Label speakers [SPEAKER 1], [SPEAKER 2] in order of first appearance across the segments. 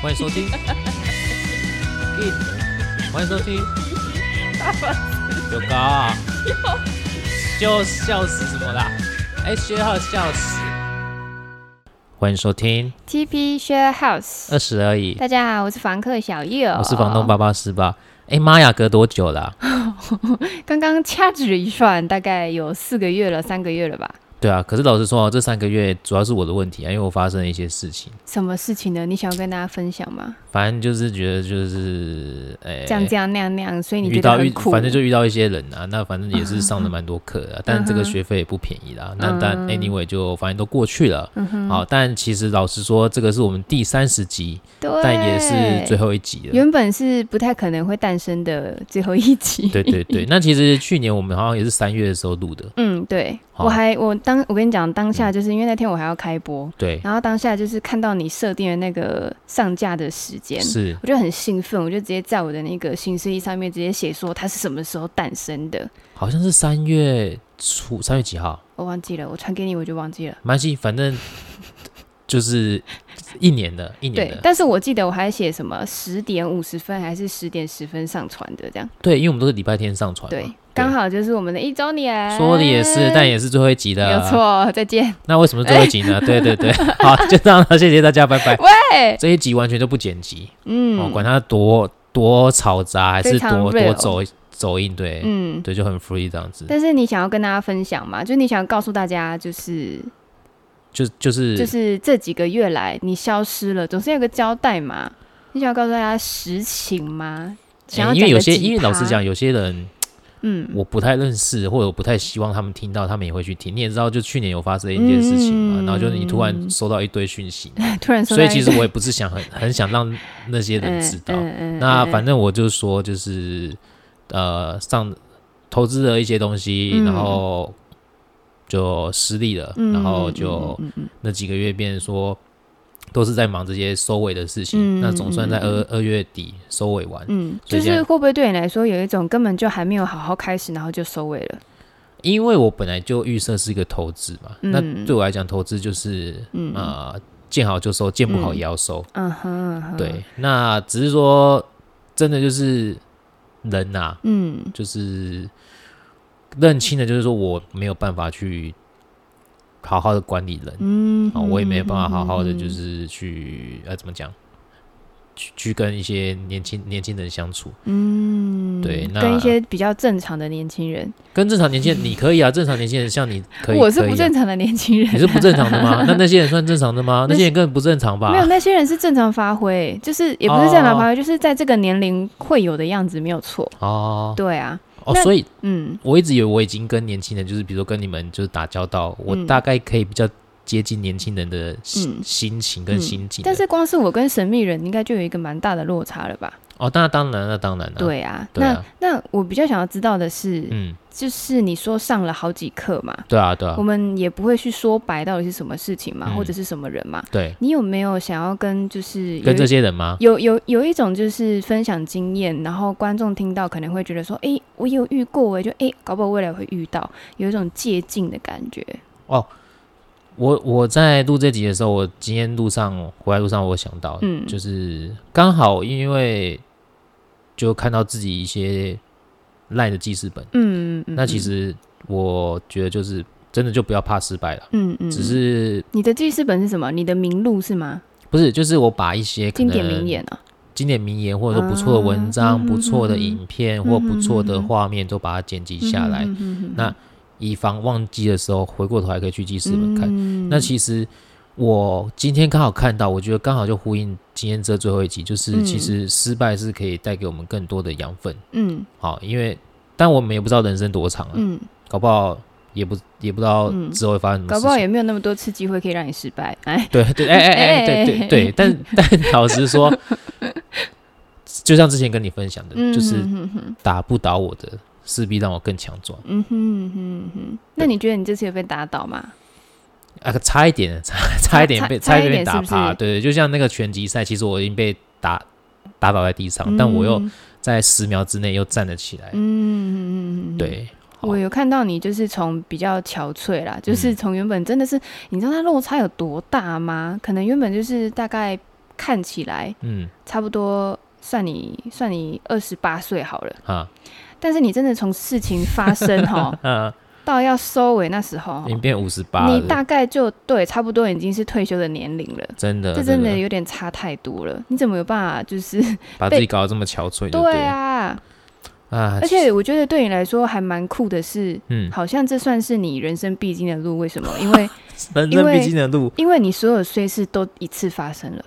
[SPEAKER 1] 欢迎收 听。欢迎收听。有高啊！就笑死什么啦？哎，薛浩笑死。欢迎收听
[SPEAKER 2] TP Share House。
[SPEAKER 1] 二十而已，
[SPEAKER 2] 大家好，我是房客小叶、
[SPEAKER 1] 呃我是房东。八八四八。哎妈呀，隔多久了啊、
[SPEAKER 2] 刚刚掐指一算，大概有四个月了，三个月了吧？
[SPEAKER 1] 对啊，可是老实说哦，这三个月主要是我的问题啊，因为我发生了一些事情。
[SPEAKER 2] 什么事情呢？你想要跟大家分享吗？
[SPEAKER 1] 反正就是觉得就是，哎、
[SPEAKER 2] 这样这样那样那样，所以你
[SPEAKER 1] 遇
[SPEAKER 2] 觉得
[SPEAKER 1] 到遇
[SPEAKER 2] 很苦。
[SPEAKER 1] 反正就遇到一些人啊，那反正也是上了蛮多课的啊、但这
[SPEAKER 2] 嗯
[SPEAKER 1] 个
[SPEAKER 2] 哼嗯
[SPEAKER 1] 学费也不便宜啦。那但 anyway 就反正都过去了。好，但其实老实说，这个是我们第三十集，
[SPEAKER 2] 对，
[SPEAKER 1] 但也是最后一集了。
[SPEAKER 2] 原本是不太可能会诞生的最后一集。
[SPEAKER 1] 对对 对，那其实去年我们好像也是三月的时候录的，
[SPEAKER 2] 嗯，对，
[SPEAKER 1] 好嗯
[SPEAKER 2] 我还我当我跟你讲，当下就是因为那天我还要开播，
[SPEAKER 1] 对，
[SPEAKER 2] 然后当下就是看到你设定的那个上架的时间，
[SPEAKER 1] 是
[SPEAKER 2] 我就很兴奋，我就直接在我的那个行事历上面直接写说它是什么时候诞生的，
[SPEAKER 1] 好像是三月初，三月几号？
[SPEAKER 2] 我忘记了，我传给你我就忘记了。
[SPEAKER 1] 没关系，反正就是一年的，一年
[SPEAKER 2] 对
[SPEAKER 1] 的，。
[SPEAKER 2] 但是我记得我还写什么十点五十分还是十点十分上传的这样，
[SPEAKER 1] 对，因为我们都是礼拜天上传嘛，
[SPEAKER 2] 对，刚好就是我们的一周年。
[SPEAKER 1] 说的也是，但也是最后一集
[SPEAKER 2] 没
[SPEAKER 1] 的，
[SPEAKER 2] 有。错。再见。
[SPEAKER 1] 那为什么是最后一集呢？对对对， 好，就这样了，谢谢大家，拜拜。
[SPEAKER 2] 哎，
[SPEAKER 1] 这一集完全就不剪辑，哦，
[SPEAKER 2] 嗯
[SPEAKER 1] 管它多多嘈杂还是
[SPEAKER 2] 非常
[SPEAKER 1] 多
[SPEAKER 2] real
[SPEAKER 1] 多走走音，对、
[SPEAKER 2] 嗯，
[SPEAKER 1] 对，就很 free 这样子，
[SPEAKER 2] 但是你想要跟大家分享嘛？就你想告诉大家，就是
[SPEAKER 1] 就就是
[SPEAKER 2] 就是这几个月来你消失了，总是有个交代嘛。你想要告诉大家实情吗？想要
[SPEAKER 1] 哎因为
[SPEAKER 2] 讲
[SPEAKER 1] 有
[SPEAKER 2] 个
[SPEAKER 1] 些，
[SPEAKER 2] 几
[SPEAKER 1] 因为老实
[SPEAKER 2] 趴
[SPEAKER 1] 讲，，有些人
[SPEAKER 2] 嗯，
[SPEAKER 1] 我不太认识，或者我不太希望他们听到，他们也会去听。你也知道，就去年有发生一件事情嘛，
[SPEAKER 2] 嗯
[SPEAKER 1] 然后就你突然收到一堆讯息，
[SPEAKER 2] 突然说
[SPEAKER 1] 所
[SPEAKER 2] 到一
[SPEAKER 1] 以
[SPEAKER 2] 个，
[SPEAKER 1] 其实我也不是想很很想让那些人
[SPEAKER 2] 嗯
[SPEAKER 1] 知道。
[SPEAKER 2] 嗯嗯
[SPEAKER 1] 那
[SPEAKER 2] 嗯
[SPEAKER 1] 反正我就说，就是呃，上投资了一些东西，
[SPEAKER 2] 嗯
[SPEAKER 1] 然后就失利了，
[SPEAKER 2] 嗯
[SPEAKER 1] 然后
[SPEAKER 2] 嗯
[SPEAKER 1] 就
[SPEAKER 2] 嗯嗯嗯
[SPEAKER 1] 那几个月变成说都是在忙这些收尾的事情。
[SPEAKER 2] 嗯
[SPEAKER 1] 那总算在
[SPEAKER 2] 嗯
[SPEAKER 1] 二
[SPEAKER 2] 嗯
[SPEAKER 1] 二月底收尾完，
[SPEAKER 2] 嗯，
[SPEAKER 1] 所以
[SPEAKER 2] 就
[SPEAKER 1] 现在
[SPEAKER 2] 是会不会对你来说有一种根本就还没有好好开始，然后就收尾了？
[SPEAKER 1] 因为我本来就预设是一个投资嘛，
[SPEAKER 2] 嗯
[SPEAKER 1] 那对我来讲，投资就是
[SPEAKER 2] 嗯
[SPEAKER 1] 呃，见好就收，见不好也要收。
[SPEAKER 2] 嗯哼，嗯哼，
[SPEAKER 1] 对，那只是说真的就是人啊呐、
[SPEAKER 2] 嗯
[SPEAKER 1] 就是认清了，就是说我没有办法去好好的管理人，
[SPEAKER 2] 嗯，
[SPEAKER 1] 啊、我也没有办法好好的
[SPEAKER 2] 嗯
[SPEAKER 1] 就是去呃怎么讲，去去跟一些年轻年轻人相处，
[SPEAKER 2] 嗯，
[SPEAKER 1] 对那
[SPEAKER 2] 跟一些比较正常的年轻人，
[SPEAKER 1] 跟正常年轻人你可以啊，正常年轻人像你可以，
[SPEAKER 2] 我是
[SPEAKER 1] 可以
[SPEAKER 2] 不
[SPEAKER 1] 啊
[SPEAKER 2] 正常的年轻人，
[SPEAKER 1] 你是不正常的吗？那那啊些人算正常的吗？那
[SPEAKER 2] 那
[SPEAKER 1] 些人根本不正常吧
[SPEAKER 2] 没？有那些人是正常发挥，就是也不是正常发挥，就是在这个年龄会有的样子，没有错。
[SPEAKER 1] 哦
[SPEAKER 2] 对啊，
[SPEAKER 1] 哦，
[SPEAKER 2] 那
[SPEAKER 1] 所以
[SPEAKER 2] 嗯
[SPEAKER 1] 我一直以为我已经跟年轻人，就是比如说跟你们就是打交道，我
[SPEAKER 2] 嗯
[SPEAKER 1] 大概可以比较接近年轻人的心
[SPEAKER 2] 嗯
[SPEAKER 1] 心情跟
[SPEAKER 2] 嗯
[SPEAKER 1] 心境了。
[SPEAKER 2] 但是光是我跟神秘人应该就有一个蛮大的落差了吧？
[SPEAKER 1] 哦，那当然，那当然了、，
[SPEAKER 2] 对啊，
[SPEAKER 1] 对啊
[SPEAKER 2] 那那我比较想要知道的是，
[SPEAKER 1] 嗯，
[SPEAKER 2] 就是你说上了好几课嘛，
[SPEAKER 1] 对啊，对啊
[SPEAKER 2] 我，们也不会去说白到底是什么事情嘛，
[SPEAKER 1] 嗯
[SPEAKER 2] 或者是什么人嘛。
[SPEAKER 1] 对，
[SPEAKER 2] 你有没有想要跟就是有
[SPEAKER 1] 跟这
[SPEAKER 2] 一
[SPEAKER 1] 些人吗？
[SPEAKER 2] 有有有一种就是分享经验，然后观众听到可能会觉得说，诶，我有遇过诶，就诶，搞不好未来会遇到，有一种借镜的感觉。
[SPEAKER 1] 我我在录这集的时候，我今天路上回来路上，我想到，
[SPEAKER 2] 嗯
[SPEAKER 1] 哦就是刚好因为就看到自己一些赖的记事本，
[SPEAKER 2] 嗯嗯嗯，
[SPEAKER 1] 那其实我觉得就是真的就不要怕失败了，
[SPEAKER 2] 嗯嗯，
[SPEAKER 1] 只是
[SPEAKER 2] 你的记事本是什么？你的名录是吗？
[SPEAKER 1] 不是就是我把一些可
[SPEAKER 2] 经
[SPEAKER 1] 能
[SPEAKER 2] 典名言啊。
[SPEAKER 1] 经典名言或者说不错的文章、
[SPEAKER 2] 啊
[SPEAKER 1] 不错的
[SPEAKER 2] 嗯哼
[SPEAKER 1] 影片、或不错的
[SPEAKER 2] 嗯哼
[SPEAKER 1] 画面，都把它剪辑下来，
[SPEAKER 2] 嗯哼哼哼
[SPEAKER 1] 那以防忘记的时候回过头还可以去记事本看。
[SPEAKER 2] 嗯
[SPEAKER 1] 那其实我今天刚好看到，我觉得刚好就呼应今天这最后一集，就是
[SPEAKER 2] 嗯
[SPEAKER 1] 其实失败是可以带给我们更多的养分。
[SPEAKER 2] 嗯
[SPEAKER 1] 好，因为但我们也不知道人生多长啊，
[SPEAKER 2] 嗯，
[SPEAKER 1] 搞不好也不也不知道
[SPEAKER 2] 嗯
[SPEAKER 1] 之后会发生什么
[SPEAKER 2] 搞
[SPEAKER 1] 事
[SPEAKER 2] 不
[SPEAKER 1] 情。
[SPEAKER 2] 好也没有那么多次机会可以让你失败。哎，
[SPEAKER 1] 对对， 哎哎哎，对对对，但但老实说，就像之前跟你分享的，
[SPEAKER 2] 嗯
[SPEAKER 1] 就是
[SPEAKER 2] 哼哼哼
[SPEAKER 1] 打不倒我的，势必让我更强壮
[SPEAKER 2] 嗯哼哼哼，那你觉得你这次有被打倒吗？
[SPEAKER 1] 啊！差一点， 差差一点被差
[SPEAKER 2] 差差
[SPEAKER 1] 一点被
[SPEAKER 2] 一点是
[SPEAKER 1] 打
[SPEAKER 2] 不是
[SPEAKER 1] 趴，对对，就像那个拳击赛，其实我已经被打打倒在地上，但我又
[SPEAKER 2] 嗯
[SPEAKER 1] 在十秒之内又站了起来，
[SPEAKER 2] 嗯，嗯嗯嗯嗯
[SPEAKER 1] 对，好嗯
[SPEAKER 2] 我有看到你，就是从比较憔悴啦，就是从原本真的是，你知道它落差有多大吗？可能原本就是大概看起来
[SPEAKER 1] 嗯
[SPEAKER 2] 差不多算你算你二十八岁好了，
[SPEAKER 1] 啊
[SPEAKER 2] 但是你真的从事情发 生哈
[SPEAKER 1] 嗯，
[SPEAKER 2] 到要收尾那时候
[SPEAKER 1] 已经
[SPEAKER 2] 齁，
[SPEAKER 1] 变五十八
[SPEAKER 2] 你
[SPEAKER 1] 了，
[SPEAKER 2] 大概就对差不多已经是退休的年龄了。
[SPEAKER 1] 真的
[SPEAKER 2] 这真的有点差太多了，你怎么有办法？就是
[SPEAKER 1] 把
[SPEAKER 2] 被
[SPEAKER 1] 自己搞得这么憔悴， 对
[SPEAKER 2] 对
[SPEAKER 1] 了
[SPEAKER 2] 啊，
[SPEAKER 1] 啊，
[SPEAKER 2] 而且我觉得对你来说还蛮酷的是，
[SPEAKER 1] 嗯，
[SPEAKER 2] 好像这算是你人生必经的路。为什么？因 为
[SPEAKER 1] 人
[SPEAKER 2] 因
[SPEAKER 1] 生
[SPEAKER 2] 为
[SPEAKER 1] 必经的路
[SPEAKER 2] 因为你所有衰事都一次发生了。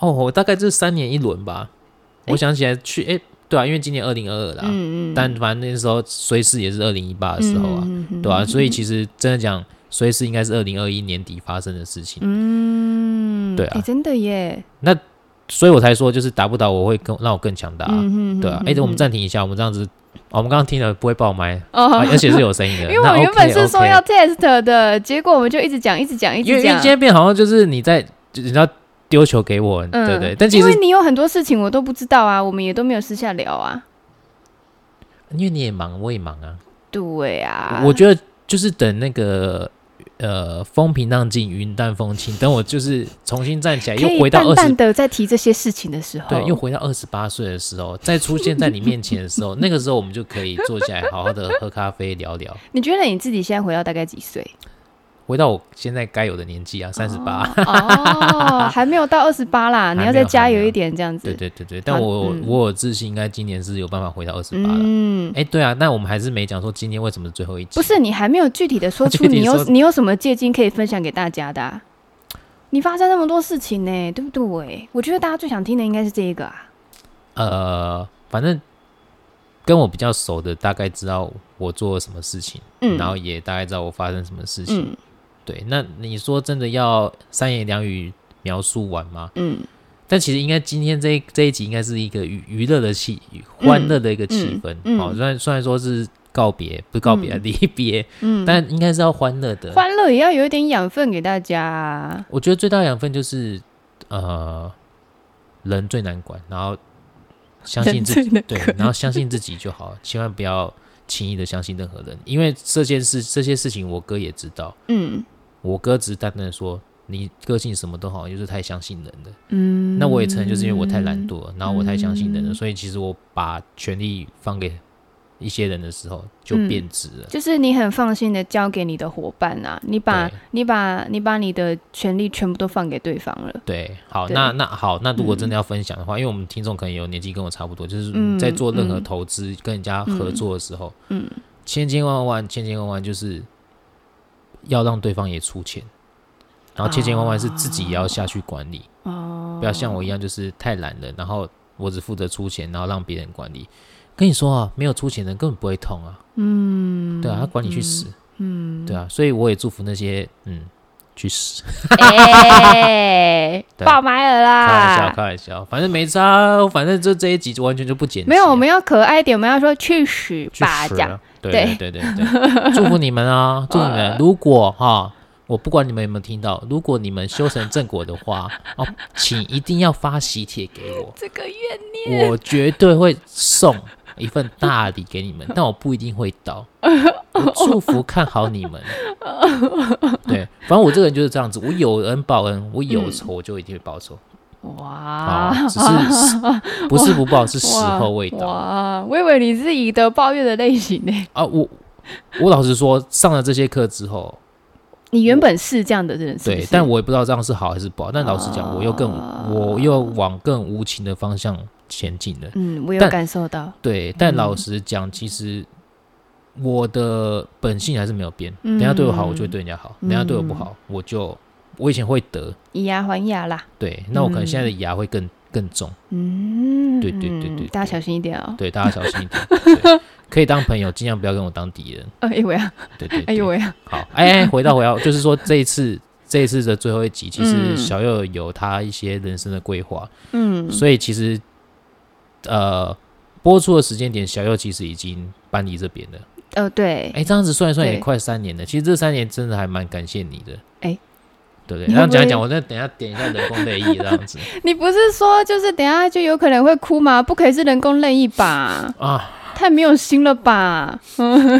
[SPEAKER 1] 哦，我大概就是三年一轮吧。
[SPEAKER 2] 诶
[SPEAKER 1] 我想起来去，哎，对啊，因为今年二零二二啦，
[SPEAKER 2] 嗯嗯，
[SPEAKER 1] 但反正那时候随时也是二零一八的时候啊，
[SPEAKER 2] 嗯，嗯
[SPEAKER 1] 对啊，所以其实真的讲，随时应该是二零二一年底发生的事情，
[SPEAKER 2] 嗯，
[SPEAKER 1] 对啊
[SPEAKER 2] 诶真的耶，
[SPEAKER 1] 所以我才说就是打不倒我会更让我更强大啊，
[SPEAKER 2] 嗯嗯
[SPEAKER 1] 对啊。
[SPEAKER 2] 嗯
[SPEAKER 1] 哎，
[SPEAKER 2] 嗯
[SPEAKER 1] 我们暂停一下，我们这样子，哦我们刚刚听了不会爆麦，
[SPEAKER 2] 哦
[SPEAKER 1] 啊而且是有声音的，
[SPEAKER 2] 因为我
[SPEAKER 1] 那
[SPEAKER 2] 们原本
[SPEAKER 1] OK，OK
[SPEAKER 2] 是说要 test 的，结果我们就一直讲，一直讲，一
[SPEAKER 1] 因为因
[SPEAKER 2] 直
[SPEAKER 1] 为
[SPEAKER 2] 讲
[SPEAKER 1] 今。天变好像就是你在，你知道丢球给我，
[SPEAKER 2] 嗯，
[SPEAKER 1] 对不对？但其
[SPEAKER 2] 因为
[SPEAKER 1] 实
[SPEAKER 2] 你有很多事情我都不知道啊，我们也都没有私下聊啊。
[SPEAKER 1] 因为你也忙，我也忙啊。
[SPEAKER 2] 对啊，
[SPEAKER 1] 我觉得就是等那个呃风平浪静，云淡风轻，等我就是重新站起来，
[SPEAKER 2] 可
[SPEAKER 1] 又
[SPEAKER 2] 以
[SPEAKER 1] 回到
[SPEAKER 2] 淡哦
[SPEAKER 1] 二
[SPEAKER 2] 淡
[SPEAKER 1] 十。
[SPEAKER 2] 的在提这些事情的时候，
[SPEAKER 1] 对，又回到二十八岁的时候，再出现在你面前的时 候，那个时候我们就可以坐下来好好的喝咖啡聊聊，
[SPEAKER 2] 你觉得你自己现在回到大概 几岁？
[SPEAKER 1] 回到我现在该有的年纪啊，三十八。
[SPEAKER 2] 哦，还没有到二十八啦，你要再加油一点这样子。
[SPEAKER 1] 对对对对，但
[SPEAKER 2] 好
[SPEAKER 1] 我、
[SPEAKER 2] 嗯
[SPEAKER 1] 我有自信，应该今年是有办法回到二十八了。
[SPEAKER 2] 嗯，
[SPEAKER 1] 哎、对啊，那我们还是没讲说今天为什么是最后一集。
[SPEAKER 2] 不是，你还没有具体的说出
[SPEAKER 1] 具体
[SPEAKER 2] 你有
[SPEAKER 1] 说
[SPEAKER 2] 你有什么借鉴可以分享给大家的、啊。你发生那么多事情呢、对不对？我觉得大家最想听的应该是这一个啊。
[SPEAKER 1] 呃，反正跟我比较熟的大概知道我做了什么事情，
[SPEAKER 2] 嗯，
[SPEAKER 1] 然后也大概知道我发生什么事情。
[SPEAKER 2] 嗯
[SPEAKER 1] 对，那你说真的要三言两语描述完吗？
[SPEAKER 2] 嗯
[SPEAKER 1] 但其实应该今天这一这一集应该是一个娱娱乐的气，欢乐的一个气
[SPEAKER 2] 嗯
[SPEAKER 1] 氛。
[SPEAKER 2] 嗯
[SPEAKER 1] 好、虽然虽然说是告别，不是告别啊，
[SPEAKER 2] 嗯
[SPEAKER 1] 离别，
[SPEAKER 2] 嗯，
[SPEAKER 1] 但应该是要欢乐的。
[SPEAKER 2] 欢乐也要有一点养分给大家、啊。
[SPEAKER 1] 我觉得最大养分就是呃，人最难管，然后相信自己。
[SPEAKER 2] 己
[SPEAKER 1] 对，然后相信自己就好，千万不要轻易的相信任何人，因为这件事这些事情，我哥也知道，
[SPEAKER 2] 嗯
[SPEAKER 1] 我哥只是淡淡的说。你个性什么都好，就是太相信人了。
[SPEAKER 2] 嗯，
[SPEAKER 1] 那我也承认，就是因为我太懒惰了，然后我太相信人了，
[SPEAKER 2] 嗯
[SPEAKER 1] 所以其实我把权力放给一些人的时候就
[SPEAKER 2] 嗯
[SPEAKER 1] 变质了。
[SPEAKER 2] 就是你很放心的交给你的伙伴啊，你把
[SPEAKER 1] 对
[SPEAKER 2] 你把你把你的权利全部都放给对方了。
[SPEAKER 1] 对，好，
[SPEAKER 2] 对
[SPEAKER 1] 那那好，那如果真的要分享的话，因为我们听众可能有年纪跟我差不多，就是
[SPEAKER 2] 嗯
[SPEAKER 1] 在做任何
[SPEAKER 2] 嗯
[SPEAKER 1] 投资、跟人家合作的时候，
[SPEAKER 2] 嗯
[SPEAKER 1] 千千万万、千千万万就是要让对方也出钱，然后千千万万是自己也要下去管理，
[SPEAKER 2] 哦，
[SPEAKER 1] 不要像我一样就是太懒了，然后我只负责出钱，然后让别人管理。跟你说啊，没有出钱的人根本不会痛啊，
[SPEAKER 2] 嗯，
[SPEAKER 1] 对啊，他管你去死，
[SPEAKER 2] 嗯，
[SPEAKER 1] 对啊，所以我也祝福那些嗯去死，
[SPEAKER 2] 哎，
[SPEAKER 1] 对啊
[SPEAKER 2] 爆麦了
[SPEAKER 1] 开玩笑
[SPEAKER 2] 啦！
[SPEAKER 1] 开玩笑，反正没差，哦反正这这一集完全就不剪辑啊，
[SPEAKER 2] 没有，我们要可爱一点，我们要说去死
[SPEAKER 1] 去
[SPEAKER 2] 吧，
[SPEAKER 1] 死
[SPEAKER 2] 这样
[SPEAKER 1] 啊，对对
[SPEAKER 2] 对
[SPEAKER 1] 对对对，祝福你们啊，祝福你 们。如果哈，我不管你们有没有听到，如果你们修成正果的话，哦，请一定要发喜帖给我，
[SPEAKER 2] 这个愿
[SPEAKER 1] 我绝对会送一份大礼给 你们，但我不一定会到。我祝福看好你们。对，反正我这个人就是这样子，我有恩报恩，我有仇我就一定会报仇。
[SPEAKER 2] 哇
[SPEAKER 1] 啊，只 是不是不报，是时候未到。
[SPEAKER 2] 哇，我以为你是以德报怨的类型 呢。
[SPEAKER 1] 啊，我我老实说，上了这些课之后，
[SPEAKER 2] 你原本是这样的人，是不
[SPEAKER 1] 对
[SPEAKER 2] 是，啊
[SPEAKER 1] 但我也不知道这样是好还是不好。但老实讲，我又更我又往更无情的方向前进了。
[SPEAKER 2] 嗯，我有
[SPEAKER 1] 但
[SPEAKER 2] 感受到，
[SPEAKER 1] 对，但
[SPEAKER 2] 嗯
[SPEAKER 1] 老实讲，其实我的本性还是没有变。人家对我好，我就会
[SPEAKER 2] 嗯
[SPEAKER 1] 对人家好；人家对我不好，我就我以前会得，
[SPEAKER 2] 以牙还牙啦。
[SPEAKER 1] 对，那我可能现在的牙会更更重。
[SPEAKER 2] 嗯，
[SPEAKER 1] 对对对对对
[SPEAKER 2] 大家小心一点哦。
[SPEAKER 1] 对，大家小心一点。 对可以当朋友，尽量不要跟我当敌人。
[SPEAKER 2] 哎呦喂啊，
[SPEAKER 1] 对对
[SPEAKER 2] 哎
[SPEAKER 1] 对
[SPEAKER 2] 呦喂啊，
[SPEAKER 1] 好，哎、哎，回到回到，就是说这一次这一次的最后一集，其实
[SPEAKER 2] 嗯
[SPEAKER 1] 小佑有他一些人生的规划，
[SPEAKER 2] 嗯，
[SPEAKER 1] 所以其实呃播出的时间点，小佑其实已经搬离这边了。
[SPEAKER 2] 呃，对
[SPEAKER 1] 哎、，这样子算一算也
[SPEAKER 2] 对
[SPEAKER 1] 快三年了，其实这三年真的还蛮感谢你的。
[SPEAKER 2] 哎
[SPEAKER 1] 对不对？
[SPEAKER 2] 你会
[SPEAKER 1] 然
[SPEAKER 2] 不会
[SPEAKER 1] 后讲一讲，我再等一下点一下人工泪液这样子
[SPEAKER 2] 你不是说就是等一下就有可能会哭吗？不可以是人工泪意吧？
[SPEAKER 1] 啊，
[SPEAKER 2] 太没有心了吧？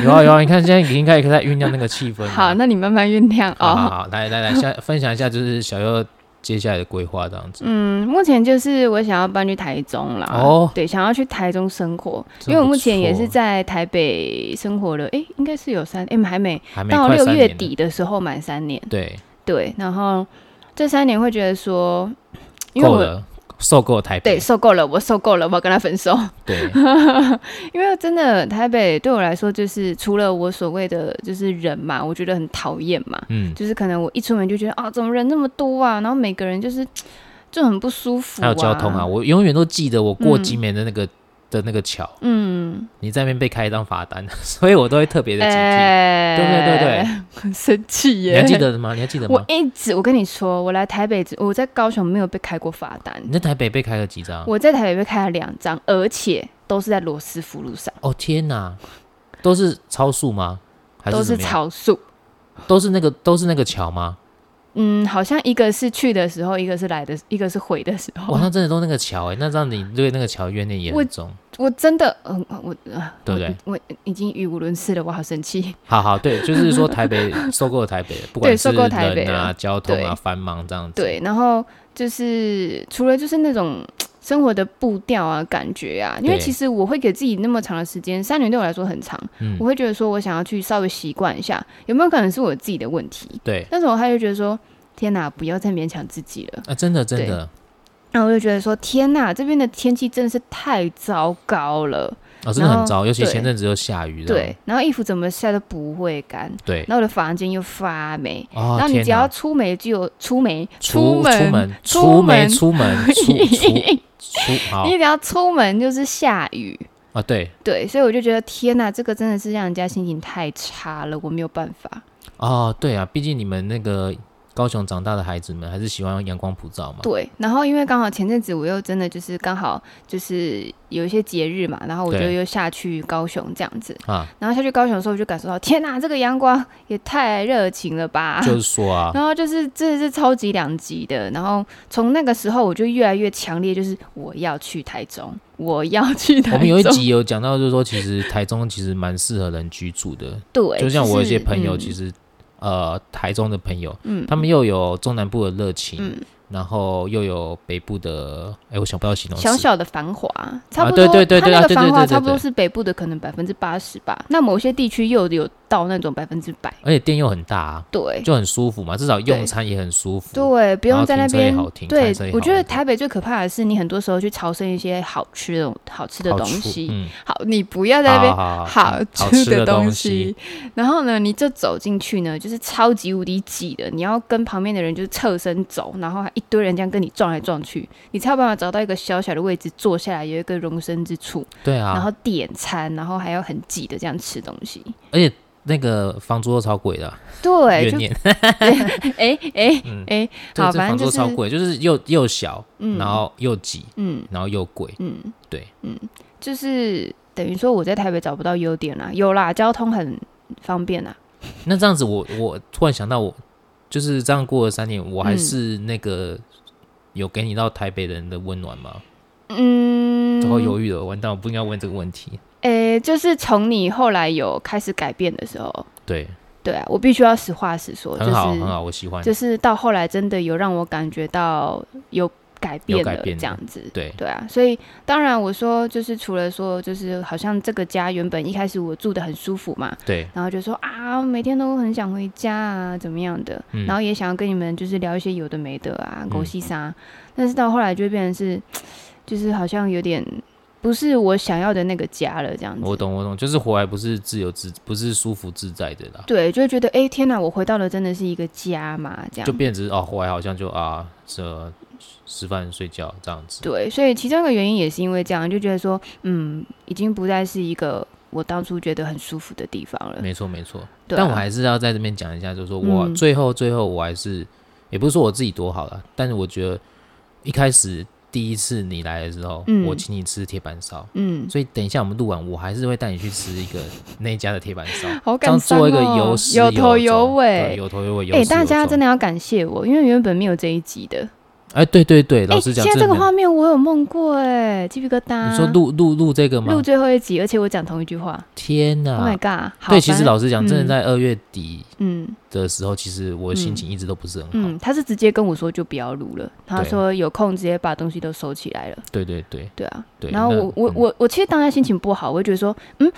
[SPEAKER 1] 有啊有啊，你看现在已经开始在酝酿那个气氛了。
[SPEAKER 2] 好，那你慢慢酝酿
[SPEAKER 1] 啊好好
[SPEAKER 2] 哦。
[SPEAKER 1] 好，来来来，下分享一下就是小佑接下来的规划这样子？
[SPEAKER 2] 嗯，目前就是我想要搬去台中啦。
[SPEAKER 1] 哦
[SPEAKER 2] 对，想要去台中生活，
[SPEAKER 1] 真
[SPEAKER 2] 因为我
[SPEAKER 1] 不
[SPEAKER 2] 目前也
[SPEAKER 1] 错
[SPEAKER 2] 是在台北生活了，诶，应该是有三，诶，还没
[SPEAKER 1] 还没
[SPEAKER 2] 到
[SPEAKER 1] 快
[SPEAKER 2] 六
[SPEAKER 1] 三
[SPEAKER 2] 月
[SPEAKER 1] 年了，
[SPEAKER 2] 底的时候满三年。
[SPEAKER 1] 对，
[SPEAKER 2] 对，然后这三年会觉得说，因为
[SPEAKER 1] 够
[SPEAKER 2] 我
[SPEAKER 1] 了，受够了台
[SPEAKER 2] 对
[SPEAKER 1] 北，
[SPEAKER 2] 受够了，我受够了，我要跟他分手。
[SPEAKER 1] 对，
[SPEAKER 2] 因为真的台北对我来说，就是除了我所谓的就是人嘛，我觉得很讨厌嘛，
[SPEAKER 1] 嗯，
[SPEAKER 2] 就是可能我一出门就觉得啊，怎么人那么多啊，然后每个人就是就很不舒服、啊，
[SPEAKER 1] 还有交通啊，，我永远都记得我过金门的那个、的那个桥，
[SPEAKER 2] 嗯，
[SPEAKER 1] 你在那边被开一张罚单， 所以我都会特别的警惕。
[SPEAKER 2] 哎
[SPEAKER 1] 对对对对，
[SPEAKER 2] 很生气
[SPEAKER 1] 你
[SPEAKER 2] 耶，
[SPEAKER 1] 还记？得吗？你还记得
[SPEAKER 2] 我
[SPEAKER 1] 吗？
[SPEAKER 2] 一直我跟你说，我来台北只，我在高雄没有被开过罚单
[SPEAKER 1] 你，在台北被开了几张？
[SPEAKER 2] 我在台北被开了两张，而且都是在罗斯福路上，
[SPEAKER 1] 哦天哪，都是超速吗？还
[SPEAKER 2] 都
[SPEAKER 1] 是
[SPEAKER 2] 是
[SPEAKER 1] 怎么样？
[SPEAKER 2] 超速。
[SPEAKER 1] 都是那个都是那个桥吗？
[SPEAKER 2] 嗯，好像一个是去的时候，一个是来的，一个是回的时候
[SPEAKER 1] 哇，。那真的都那个桥哎、那让你对那个桥怨念也
[SPEAKER 2] 我
[SPEAKER 1] 很重，
[SPEAKER 2] 我真的，嗯，我，呃
[SPEAKER 1] 对不对？
[SPEAKER 2] 我我已经语无伦次了，我好生气。
[SPEAKER 1] 好好，对，就是说台北 收购了台北，不管
[SPEAKER 2] 对
[SPEAKER 1] 是
[SPEAKER 2] 收购台北
[SPEAKER 1] 人啊、
[SPEAKER 2] 了
[SPEAKER 1] 交通啊、
[SPEAKER 2] 对
[SPEAKER 1] 繁忙这样子。，
[SPEAKER 2] 对，然后就是除了就是那种生活的步调啊、感觉啊，因为
[SPEAKER 1] 对
[SPEAKER 2] 其实我会给自己那么长的时间，三年对我来说很长，
[SPEAKER 1] 嗯
[SPEAKER 2] 我，会觉得说我想要去稍微习惯一下，有没有可能是我自己的问题？
[SPEAKER 1] 对，
[SPEAKER 2] 但是我还会觉得说，天哪，不要再勉强自己了。
[SPEAKER 1] 啊，真的真的，
[SPEAKER 2] 然后我就觉得说，天哪，这边的天气真的是太糟糕了。
[SPEAKER 1] 哦，真的
[SPEAKER 2] 然
[SPEAKER 1] 很
[SPEAKER 2] 后
[SPEAKER 1] 糟，尤其
[SPEAKER 2] 对
[SPEAKER 1] 前阵子又下雨，这样
[SPEAKER 2] 对，然后衣服怎么晒都不会干，
[SPEAKER 1] 对，
[SPEAKER 2] 然后我的房间又发霉。
[SPEAKER 1] 哦，
[SPEAKER 2] 然后你
[SPEAKER 1] 天
[SPEAKER 2] 只要
[SPEAKER 1] 哪
[SPEAKER 2] 出门就有出门，
[SPEAKER 1] 出
[SPEAKER 2] 门，
[SPEAKER 1] 出门
[SPEAKER 2] 出
[SPEAKER 1] 出门
[SPEAKER 2] 门
[SPEAKER 1] 出门出出出好
[SPEAKER 2] 你只要出门就是下雨，
[SPEAKER 1] 啊，对
[SPEAKER 2] 对，所以我就觉得天呐，这个真的是让人家心情太差了，我没有办法。
[SPEAKER 1] 哦，对啊，毕竟你们那个高雄长大的孩子们还是喜欢阳光普照嘛。
[SPEAKER 2] 对，然后因为刚好前阵子我又真的就是刚好就是有一些节日嘛，然后我就
[SPEAKER 1] 对
[SPEAKER 2] 又下去高雄这样子，
[SPEAKER 1] 啊，
[SPEAKER 2] 然后下去高雄的时候，我就感受到天呐，这个阳光也太热情了吧。
[SPEAKER 1] 就是说 啊，
[SPEAKER 2] 然后就是真的是超级两极的，然后从那个时候我就越来越强烈，就是我要去台中，我要去
[SPEAKER 1] 我
[SPEAKER 2] 台中。
[SPEAKER 1] 们有一集有讲到，就是说其实台中其实蛮适合人居住的，
[SPEAKER 2] 对，嗯
[SPEAKER 1] 就像我有一些朋友，其
[SPEAKER 2] 实
[SPEAKER 1] 实呃台中的朋友，
[SPEAKER 2] 嗯，
[SPEAKER 1] 他们又有中南部的热情，
[SPEAKER 2] 嗯
[SPEAKER 1] 然后又有北部的，哎，我想不到形容
[SPEAKER 2] 小
[SPEAKER 1] 词。
[SPEAKER 2] 小的繁华，差不多，
[SPEAKER 1] 对对对对
[SPEAKER 2] 它
[SPEAKER 1] 啊
[SPEAKER 2] 那
[SPEAKER 1] 对对
[SPEAKER 2] 个繁华
[SPEAKER 1] 对对
[SPEAKER 2] 差不多
[SPEAKER 1] 对
[SPEAKER 2] 是北部的可能百分之八十吧。那某些地区又有到那种百分之百，
[SPEAKER 1] 而且店又很大、啊，
[SPEAKER 2] 对
[SPEAKER 1] 就很舒服嘛，至少用
[SPEAKER 2] 对
[SPEAKER 1] 餐也很舒服。
[SPEAKER 2] 对，不用在那边
[SPEAKER 1] 然后停车也好停开
[SPEAKER 2] 对
[SPEAKER 1] 车也，好
[SPEAKER 2] 我觉得台北最可怕的是，你很多时候去朝圣一些好吃的好吃的
[SPEAKER 1] 好
[SPEAKER 2] 东
[SPEAKER 1] 处
[SPEAKER 2] 西。
[SPEAKER 1] 嗯，啊
[SPEAKER 2] 好，你不要在那边
[SPEAKER 1] 好
[SPEAKER 2] 好
[SPEAKER 1] 吃
[SPEAKER 2] 吃
[SPEAKER 1] 的
[SPEAKER 2] 的
[SPEAKER 1] 东
[SPEAKER 2] 东
[SPEAKER 1] 西
[SPEAKER 2] 西，然后呢，你就走进去呢，就是超级无敌挤的，你要跟旁边的人就是侧身走，然后还一堆人这样跟你撞来撞去，你才有办法找到一个小小的位置坐下来，有一个容身之处，
[SPEAKER 1] 对
[SPEAKER 2] 然后
[SPEAKER 1] 啊，
[SPEAKER 2] 点餐，然后还要很挤的这样吃东西。
[SPEAKER 1] 而且那个房租都超贵的啊，
[SPEAKER 2] 对，
[SPEAKER 1] 怨
[SPEAKER 2] 就
[SPEAKER 1] 念，
[SPEAKER 2] 哎哎
[SPEAKER 1] 嗯，
[SPEAKER 2] 哎，
[SPEAKER 1] 对
[SPEAKER 2] 好
[SPEAKER 1] 这房
[SPEAKER 2] 反正
[SPEAKER 1] 租
[SPEAKER 2] 就
[SPEAKER 1] 超
[SPEAKER 2] 是
[SPEAKER 1] 贵，就是又又小，
[SPEAKER 2] 嗯
[SPEAKER 1] 然后又挤，
[SPEAKER 2] 嗯
[SPEAKER 1] 然后又贵，
[SPEAKER 2] 嗯，
[SPEAKER 1] 对，
[SPEAKER 2] 嗯，就是等于说我在台北找不到优点啦，有啦，交通很方便啊啦，
[SPEAKER 1] 那这样子我，我突然想到我，就是这样过了三年，我还
[SPEAKER 2] 嗯
[SPEAKER 1] 是那个、有给你到台北人的温暖吗？
[SPEAKER 2] 嗯，
[SPEAKER 1] 最后犹豫了，完蛋，我不应该问这个问题。
[SPEAKER 2] 诶、就是从你后来有开始改变的时候，
[SPEAKER 1] 对，
[SPEAKER 2] 对啊，我必须要实话实说，就
[SPEAKER 1] 很好，很
[SPEAKER 2] 是
[SPEAKER 1] 好，我喜欢。
[SPEAKER 2] 就是到后来真的有让我感觉到有改变
[SPEAKER 1] 有改
[SPEAKER 2] 了
[SPEAKER 1] 变
[SPEAKER 2] 这样子。
[SPEAKER 1] 对，
[SPEAKER 2] 对啊，所以当然我说就是除了说就是好像这个家原本一开始我住的很舒服嘛，
[SPEAKER 1] 对，
[SPEAKER 2] 然后就说啊每天都很想回家啊怎么样的，
[SPEAKER 1] 嗯
[SPEAKER 2] 然后也想要跟你们就是聊一些有的没的啊狗戏啥，但是到后来就变成是就是好像有点不是我想要的那个家了这样子。
[SPEAKER 1] 我懂，我懂，就是活来不是自由自，不是舒服自在的啦，
[SPEAKER 2] 对，就会觉得哎、诶天哪，我回到了真的是一个家嘛，这
[SPEAKER 1] 就
[SPEAKER 2] 样。
[SPEAKER 1] 变成哦，活来好像就啊，这吃饭睡觉这样子。
[SPEAKER 2] 对，所以其中一个原因也是因为这样，就觉得说，嗯，已经不再是一个我当初觉得很舒服的地方了。
[SPEAKER 1] 没错，没错。
[SPEAKER 2] 对啊、
[SPEAKER 1] 但我还是要在这边讲一下，就是说我
[SPEAKER 2] 嗯
[SPEAKER 1] 最后最后我还是，也不是说我自己多好了，但是我觉得一开始第一次你来的时候，
[SPEAKER 2] 嗯
[SPEAKER 1] 我请你吃铁板烧，
[SPEAKER 2] 嗯，
[SPEAKER 1] 所以等一下我们录完，我还是会带你去吃一个那一家的铁板 烧，
[SPEAKER 2] 好
[SPEAKER 1] 这样
[SPEAKER 2] 感伤
[SPEAKER 1] 做一个有
[SPEAKER 2] 哦
[SPEAKER 1] 始
[SPEAKER 2] 有
[SPEAKER 1] 有
[SPEAKER 2] 头有
[SPEAKER 1] 终对
[SPEAKER 2] 尾。
[SPEAKER 1] 有头有尾，有
[SPEAKER 2] 哎、
[SPEAKER 1] 始有
[SPEAKER 2] 大家真
[SPEAKER 1] 的
[SPEAKER 2] 的要感谢我，因为原本没有这一集的。
[SPEAKER 1] 哎，对对对，老
[SPEAKER 2] 哎，
[SPEAKER 1] 实讲，
[SPEAKER 2] 现在这个
[SPEAKER 1] 真的
[SPEAKER 2] 画面我有梦过哎，鸡皮疙瘩。
[SPEAKER 1] 你说录录录这个
[SPEAKER 2] 录
[SPEAKER 1] 吗？
[SPEAKER 2] 最后一集，而且我讲同一句话。
[SPEAKER 1] 天
[SPEAKER 2] Oh
[SPEAKER 1] 哪！
[SPEAKER 2] my god！好
[SPEAKER 1] 对，其实
[SPEAKER 2] 反正
[SPEAKER 1] 老实讲，真的
[SPEAKER 2] 嗯
[SPEAKER 1] 在二月底
[SPEAKER 2] 嗯
[SPEAKER 1] 的时候，其实我心情一直都不是很好。
[SPEAKER 2] 嗯，他是直接跟我说就不要录了，他
[SPEAKER 1] 对
[SPEAKER 2] 说有空直接把东西都收起来了。
[SPEAKER 1] 对对对
[SPEAKER 2] 对啊，
[SPEAKER 1] 对。
[SPEAKER 2] 然后
[SPEAKER 1] 那
[SPEAKER 2] 我我
[SPEAKER 1] 嗯
[SPEAKER 2] 我我其实当下心情不好，我会觉得说，嗯，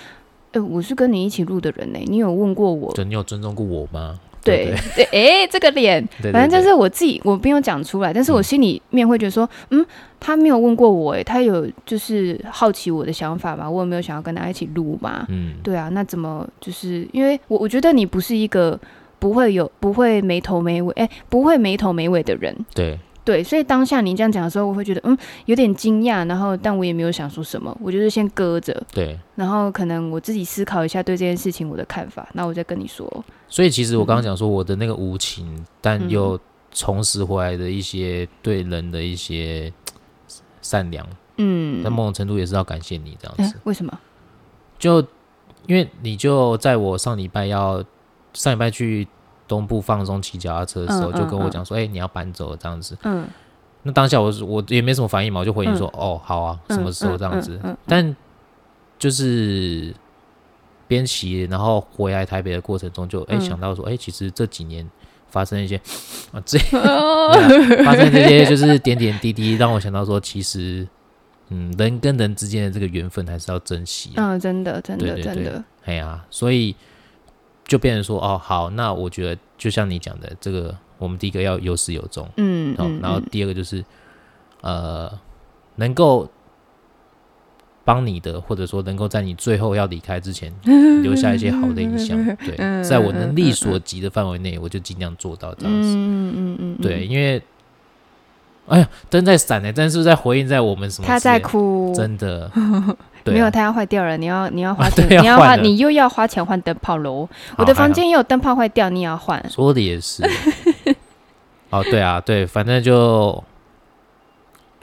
[SPEAKER 2] 哎，我是跟你一起录的人呢，你有问过我？
[SPEAKER 1] 就你有尊重过我吗？对
[SPEAKER 2] 对对，哎，这个脸，
[SPEAKER 1] 对对，
[SPEAKER 2] 反正
[SPEAKER 1] 对嗯
[SPEAKER 2] 就是我自己，我没有讲出来，但是我心里面会觉得说，嗯，他没有问过我，哎，他有就是好奇我的想法嘛，我有没有想要跟他一起录嘛？
[SPEAKER 1] 嗯，
[SPEAKER 2] 对啊，那怎么就是因为我我觉得你不是一个不会有不会没头没尾，哎、不会没头没尾的人，
[SPEAKER 1] 对
[SPEAKER 2] 对，所以当下你这样讲的时候，我会觉得嗯有点惊讶，然后但我也没有想说什么，我就是先搁着，
[SPEAKER 1] 对。
[SPEAKER 2] 然后可能我自己思考一下对这件事情我的看法，那我再跟你说，
[SPEAKER 1] 所以其实我刚刚
[SPEAKER 2] 嗯
[SPEAKER 1] 讲说我的那个无情，但
[SPEAKER 2] 嗯
[SPEAKER 1] 又重拾回来的一些对人的一些嘖善良，
[SPEAKER 2] 嗯
[SPEAKER 1] 但，某种程度也是要感谢你这样
[SPEAKER 2] 哎
[SPEAKER 1] 子。
[SPEAKER 2] 为什么？
[SPEAKER 1] 就因为你就在我上礼拜要上礼拜去东部放松骑脚踏车的时候，
[SPEAKER 2] 嗯嗯
[SPEAKER 1] 就跟我讲说，哎、你要搬走了这样子。
[SPEAKER 2] 嗯，
[SPEAKER 1] 那当下我是我也没什么反应嘛，我就回你说，哦，好啊，
[SPEAKER 2] 嗯
[SPEAKER 1] 什么时候这样子？
[SPEAKER 2] 嗯嗯嗯嗯
[SPEAKER 1] 但就是边骑然后回来台北的过程中就，哎
[SPEAKER 2] 嗯
[SPEAKER 1] 想到说，哎、其实这几年发生一些啊， 这
[SPEAKER 2] 哦
[SPEAKER 1] 发生这些就是点点滴滴，让我想到说，其实嗯，人跟人之间的这个缘分还是要珍惜、啊。
[SPEAKER 2] 嗯，真的，真的，
[SPEAKER 1] 对对
[SPEAKER 2] 真
[SPEAKER 1] 对
[SPEAKER 2] 的，
[SPEAKER 1] 哎呀，所以就变成说，哦，好，那我觉得就像你讲的，这个我们第一个要有始有终，
[SPEAKER 2] 嗯
[SPEAKER 1] 哦
[SPEAKER 2] 嗯，，
[SPEAKER 1] 然后
[SPEAKER 2] 嗯
[SPEAKER 1] 第二个就是，呃，能够帮你的，或者说能够在你最后要离开之 前
[SPEAKER 2] 嗯
[SPEAKER 1] 留下一些好的影响，对，在我能力所及的范围内，我就尽量做到这样子，
[SPEAKER 2] 嗯嗯嗯嗯，
[SPEAKER 1] 对，，因为。哎呀，灯在闪呢、灯是不是在回应在我们什么之类？
[SPEAKER 2] 他在哭，
[SPEAKER 1] 真 的，对啊
[SPEAKER 2] 没有，它要坏掉了，你要你要花钱，
[SPEAKER 1] 对要
[SPEAKER 2] 你要花
[SPEAKER 1] 换了
[SPEAKER 2] 你又要花钱换灯泡喽。我
[SPEAKER 1] 好
[SPEAKER 2] 的
[SPEAKER 1] 还好
[SPEAKER 2] 房间也有灯泡坏掉，你也要换。
[SPEAKER 1] 说的也 是。哦，对啊，对，反正就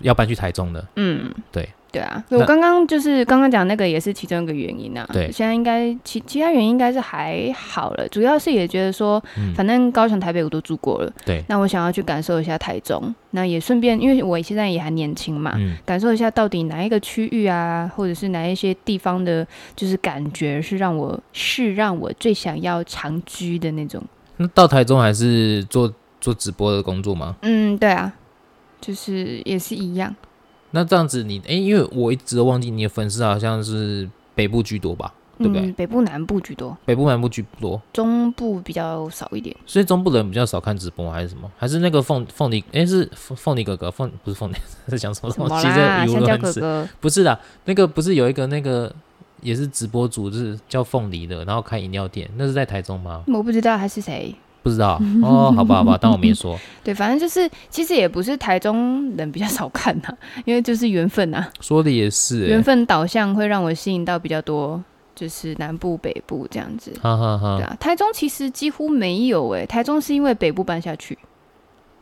[SPEAKER 1] 要搬去台中了。
[SPEAKER 2] 嗯，
[SPEAKER 1] 对
[SPEAKER 2] 对啊，所以
[SPEAKER 1] 那
[SPEAKER 2] 我刚刚就是刚刚讲那个也是其中一个原因啊。
[SPEAKER 1] 对
[SPEAKER 2] 现在应该其其他原因应该是还好了，主要是也觉得说，
[SPEAKER 1] 嗯
[SPEAKER 2] 反正高雄、台北我都住过了，
[SPEAKER 1] 对
[SPEAKER 2] 那我想要去感受一下台中，那也顺便因为我现在也还年轻嘛，
[SPEAKER 1] 嗯，
[SPEAKER 2] 感受一下到底哪一个区域啊，或者是哪一些地方的，就是感觉是让我是让我最想要长居的那种。
[SPEAKER 1] 那到台中还是做做直播的工作吗？
[SPEAKER 2] 嗯，对啊，就是也是一样。
[SPEAKER 1] 那这样子你，哎，因为我一直都忘记你的粉丝好像是北部居多吧？对不对
[SPEAKER 2] 嗯，北部南部居多，
[SPEAKER 1] 北部、南部居多，
[SPEAKER 2] 中部比较少一点。
[SPEAKER 1] 所以中部人比较少看直播吗还是什么？还是那个凤凤梨？哎，是凤凤梨哥哥，凤不是凤梨， 在讲什么
[SPEAKER 2] 什
[SPEAKER 1] 东
[SPEAKER 2] 么
[SPEAKER 1] 西？
[SPEAKER 2] 啦，
[SPEAKER 1] 这语无
[SPEAKER 2] 香蕉
[SPEAKER 1] 伦
[SPEAKER 2] 哥
[SPEAKER 1] 次。
[SPEAKER 2] 哥，
[SPEAKER 1] 不是啦，那个不是有一个那个也是直播主，就是叫凤梨的，然后开饮料店，那是在台中吗？
[SPEAKER 2] 嗯我不知道他是谁。
[SPEAKER 1] 不知 道哦，好吧，好吧，当我没说。
[SPEAKER 2] 对，反正就是其实也不是台中人比较 少看呐、因为就是缘分呐、啊
[SPEAKER 1] 说的也是、
[SPEAKER 2] 缘
[SPEAKER 1] 欸，
[SPEAKER 2] 分导向会让我吸引到比较多，就是南部北部这样子。
[SPEAKER 1] 哈哈
[SPEAKER 2] 对
[SPEAKER 1] 哈。
[SPEAKER 2] 啊，台中其实几乎没有诶、台中是因为北部搬下去，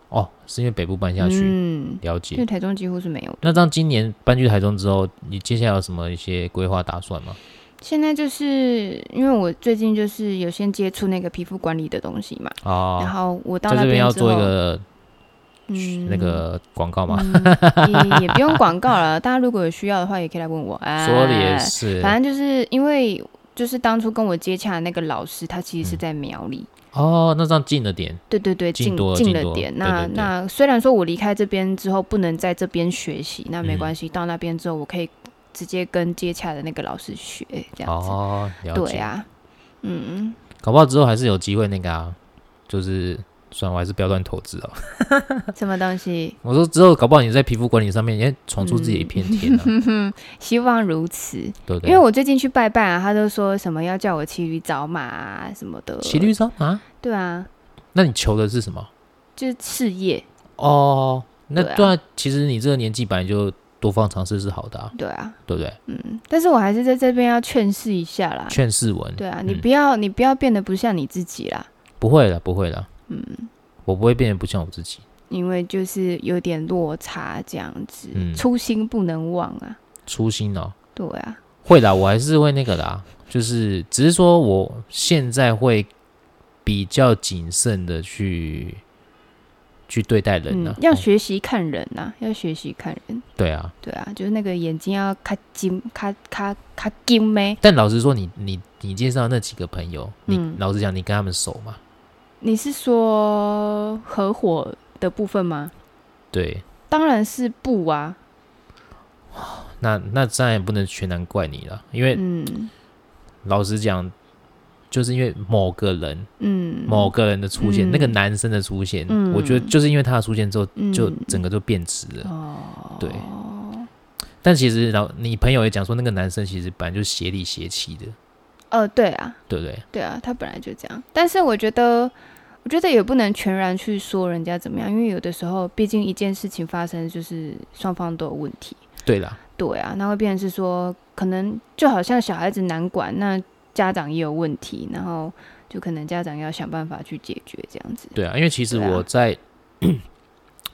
[SPEAKER 1] 哦，是因为北部搬下去，
[SPEAKER 2] 嗯，
[SPEAKER 1] 了
[SPEAKER 2] 因
[SPEAKER 1] 解。
[SPEAKER 2] 为台中几乎是没有的。
[SPEAKER 1] 那这样今年搬去台中之后，你接下来有什么一些规划打算吗？
[SPEAKER 2] 现在就是因为我最近就是有先接触那个皮肤管理的东西嘛，然
[SPEAKER 1] 哦，
[SPEAKER 2] 后我到
[SPEAKER 1] 在
[SPEAKER 2] 那
[SPEAKER 1] 这边要
[SPEAKER 2] 之后，
[SPEAKER 1] 做一个、
[SPEAKER 2] 嗯
[SPEAKER 1] 那个广告吗？
[SPEAKER 2] 嗯也也不用广告了，大家如果有需要的话，也可以来问我。哎、
[SPEAKER 1] 说的也是，
[SPEAKER 2] 反正就是因为就是当初跟我接洽的那个老师，他其实是在苗栗，
[SPEAKER 1] 哦，那这样近了点，
[SPEAKER 2] 对对对，
[SPEAKER 1] 嗯进
[SPEAKER 2] 近
[SPEAKER 1] 多了
[SPEAKER 2] 近
[SPEAKER 1] 进
[SPEAKER 2] 了
[SPEAKER 1] 多
[SPEAKER 2] 点。
[SPEAKER 1] 对
[SPEAKER 2] 那
[SPEAKER 1] 对对
[SPEAKER 2] 那虽然说我离开这边之后不能在这边学习，那没
[SPEAKER 1] 嗯
[SPEAKER 2] 关系，到那边之后我可以直接跟接洽的那个老师学这样子。
[SPEAKER 1] 哦，了解。
[SPEAKER 2] 对啊，嗯，
[SPEAKER 1] 搞不好之后还是有机会那个啊，就是算了，我还是不要乱投资哦。
[SPEAKER 2] 什么东西？
[SPEAKER 1] 我说之后搞不好你在皮肤管理上面也闯出自己的一片天啊，
[SPEAKER 2] 希望如此。
[SPEAKER 1] 对不对？
[SPEAKER 2] 嗯因为我最近去拜拜啊，他都说什么要叫我骑驴找马啊什么的。
[SPEAKER 1] 骑驴找马，
[SPEAKER 2] 对啊，
[SPEAKER 1] 那你求的是什么？
[SPEAKER 2] 就是事业。
[SPEAKER 1] 哦，那
[SPEAKER 2] 对啊
[SPEAKER 1] 对啊，其实你这个年纪本来就多方尝试是好的、啊，
[SPEAKER 2] 对啊，
[SPEAKER 1] 对不对？
[SPEAKER 2] 嗯，但是我还是在这边要劝示一下啦。
[SPEAKER 1] 劝世文，
[SPEAKER 2] 对啊，你
[SPEAKER 1] 嗯
[SPEAKER 2] 不要、你不要变得不像你自己啦，
[SPEAKER 1] 不会了，不会了，嗯，我不会变得不像我自己，
[SPEAKER 2] 因为就是有点落差这样子，
[SPEAKER 1] 嗯
[SPEAKER 2] 初心不能忘啊。
[SPEAKER 1] 初心哦，
[SPEAKER 2] 对啊，
[SPEAKER 1] 会啦，我还是会那个啦，就是只是说我现在会比较谨慎的去去对待人呢、
[SPEAKER 2] 嗯，要
[SPEAKER 1] 哦
[SPEAKER 2] 学习看人呐、要学习看人，
[SPEAKER 1] 对啊，
[SPEAKER 2] 对啊，就是那个眼睛要卡金卡卡卡金咩？
[SPEAKER 1] 但老实说你，你你介绍的那几个朋友，你、
[SPEAKER 2] 嗯
[SPEAKER 1] 老实讲，你跟他们熟吗？
[SPEAKER 2] 你是说合伙的部分吗？
[SPEAKER 1] 对，
[SPEAKER 2] 当然是不啊，
[SPEAKER 1] 那那当然也不能全然怪你了，因为
[SPEAKER 2] 嗯
[SPEAKER 1] 老实讲，就是因为某个人、
[SPEAKER 2] 嗯，
[SPEAKER 1] 某个人的出现，
[SPEAKER 2] 嗯
[SPEAKER 1] 那个男生的出现，
[SPEAKER 2] 嗯
[SPEAKER 1] 我觉得就是因为他的出现之后，就
[SPEAKER 2] 嗯
[SPEAKER 1] 整个就变质了。
[SPEAKER 2] 哦，
[SPEAKER 1] 对但其实老你朋友也讲说，那个男生其实本来就是邪里邪气的，
[SPEAKER 2] 呃，对啊，
[SPEAKER 1] 对不对？
[SPEAKER 2] 对啊，他本来就这样。但是我觉得，我觉得也不能全然去说人家怎么样，因为有的时候，毕竟一件事情发生，就是双方都有问题。
[SPEAKER 1] 对啦，
[SPEAKER 2] 对啊，那会变成是说，可能就好像小孩子难管，那家长也有问题，然后就可能家长要想办法去解决这样子。
[SPEAKER 1] 对啊，因为其实
[SPEAKER 2] 对啊
[SPEAKER 1] 我在、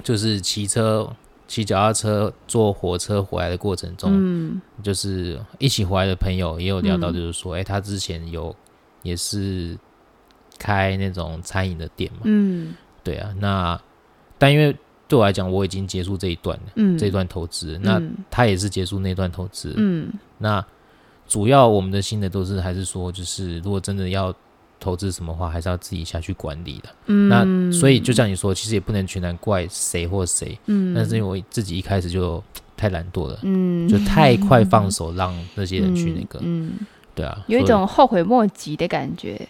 [SPEAKER 1] 就是骑车、骑脚踏车、坐火车回来的过程中，
[SPEAKER 2] 嗯
[SPEAKER 1] 就是一起回来的朋友也有聊到，
[SPEAKER 2] 嗯
[SPEAKER 1] 就是说，哎、他之前有也是开那种餐饮的店嘛，
[SPEAKER 2] 嗯
[SPEAKER 1] 对啊，那但因为对我来讲，我已经结束这一段了，
[SPEAKER 2] 嗯，
[SPEAKER 1] 这一段投资，那
[SPEAKER 2] 嗯
[SPEAKER 1] 他也是结束那段投资，
[SPEAKER 2] 嗯
[SPEAKER 1] 那主要我们的心得都是还是说，就是如果真的要投资什么话，还是要自己下去管理的。
[SPEAKER 2] 嗯，
[SPEAKER 1] 那所以就像你说，其实也不能全然怪谁或谁，
[SPEAKER 2] 嗯，
[SPEAKER 1] 但是因为我自己一开始就太懒惰了，
[SPEAKER 2] 嗯
[SPEAKER 1] 就太快放手让那些人去那个，
[SPEAKER 2] 嗯，嗯
[SPEAKER 1] 对啊，
[SPEAKER 2] 有一
[SPEAKER 1] 所以
[SPEAKER 2] 种后悔莫及的感觉。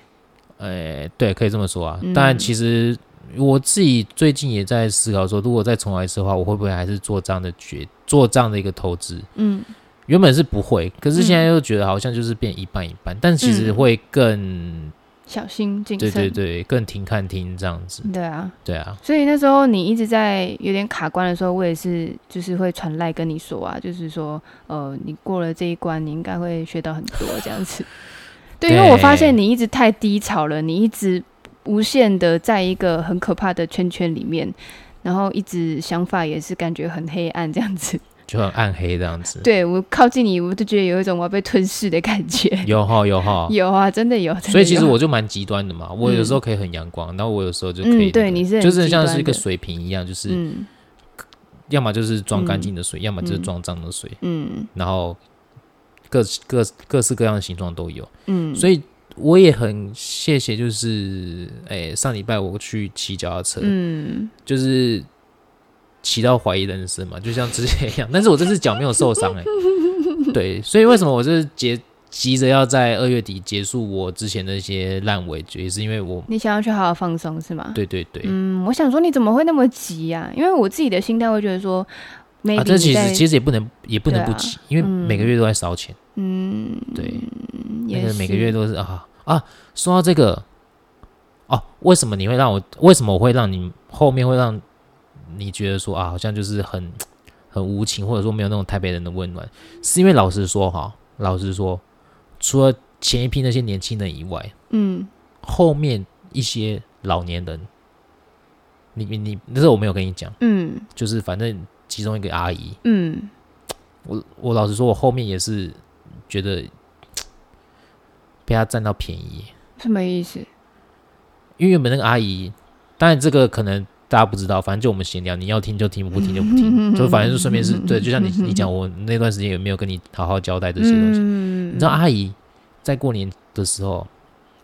[SPEAKER 1] 呃，对，可以这么说啊。
[SPEAKER 2] 嗯
[SPEAKER 1] 但其实我自己最近也在思考说，如果再重来一次的话，我会不会还是做这样的决，做这样的一个投资？
[SPEAKER 2] 嗯
[SPEAKER 1] 原本是不会，可是现在又觉得好像就是变一半一半，但其实
[SPEAKER 2] 嗯
[SPEAKER 1] 会更，
[SPEAKER 2] 小心谨
[SPEAKER 1] 对
[SPEAKER 2] 慎。
[SPEAKER 1] 对对，更停看听这样子。
[SPEAKER 2] 对啊，
[SPEAKER 1] 对啊，
[SPEAKER 2] 所以那时候你一直在有点卡关的时候，我也是就是会传赖跟你说啊，就是说呃，你过了这一关，你应该会学到很多这 样子。对，因为我发现你一直太低潮了，你一直无限的在一个很可怕的圈圈里面，然后一直想法也是感觉很黑暗这样 子。
[SPEAKER 1] 就很暗黑这样子。
[SPEAKER 2] 对我靠近你，我就觉得有一种我要被吞噬的感觉。
[SPEAKER 1] 有哈有哈。
[SPEAKER 2] 有啊，真的有。真的
[SPEAKER 1] 哦所以其实
[SPEAKER 2] 有
[SPEAKER 1] 我就蛮极端的嘛，我有时候可以很阳光，然后我有时候就可以那个、
[SPEAKER 2] 嗯对你是很
[SPEAKER 1] 就是像
[SPEAKER 2] 极端
[SPEAKER 1] 是一个
[SPEAKER 2] 的
[SPEAKER 1] 水瓶一样，就是
[SPEAKER 2] 嗯
[SPEAKER 1] 要么就是装干净的水，要么就是
[SPEAKER 2] 嗯
[SPEAKER 1] 装脏的水。
[SPEAKER 2] 嗯
[SPEAKER 1] 然后各各各式各样的形状都有，
[SPEAKER 2] 嗯，
[SPEAKER 1] 所以我也很谢谢，就是诶、上礼拜我去骑脚踏车，
[SPEAKER 2] 嗯
[SPEAKER 1] 就是骑到怀疑人生嘛，就像之前一样，但是我这次脚没有受伤诶、 对，所以为什么我就是结急着要在二月底结束我之前的一些烂尾，也是因为我
[SPEAKER 2] 你想要去好好放松是吗？
[SPEAKER 1] 对对对，
[SPEAKER 2] 嗯，我想说你怎么会那么急呀、因为我自己的心态会觉得说，maybe
[SPEAKER 1] 啊，这
[SPEAKER 2] 你
[SPEAKER 1] 其
[SPEAKER 2] 在、
[SPEAKER 1] 实其实也不能也不能
[SPEAKER 2] 对
[SPEAKER 1] 不
[SPEAKER 2] 啊
[SPEAKER 1] 急，因为每个月都在烧钱，
[SPEAKER 2] 嗯，
[SPEAKER 1] 对。那
[SPEAKER 2] 也
[SPEAKER 1] 个
[SPEAKER 2] 是
[SPEAKER 1] 每个月都是啊啊。说到这个，哦、为什么你会让我？为什么我会让你后面会让你觉得说啊，好像就是很很无情，或者说没有那种台北人的温暖？是因为老实说哈，老实说，除了前一批那些年轻人以外，
[SPEAKER 2] 嗯
[SPEAKER 1] 后面一些老年人，你你你，那时候我没有跟你讲，
[SPEAKER 2] 嗯
[SPEAKER 1] 就是反正其中一个阿姨，
[SPEAKER 2] 嗯
[SPEAKER 1] 我我老实说，我后面也是觉得被她占到便宜。
[SPEAKER 2] 什么意思？
[SPEAKER 1] 因为原本那个阿姨，当然这个可能大家不知道，反正就我们闲聊，你要听就听，不听就不
[SPEAKER 2] 嗯
[SPEAKER 1] 听，就反正就顺便是 对，就像你你讲，我那段时间也没有跟你好好交代这些东西。
[SPEAKER 2] 嗯
[SPEAKER 1] 你知道阿姨在过年的时候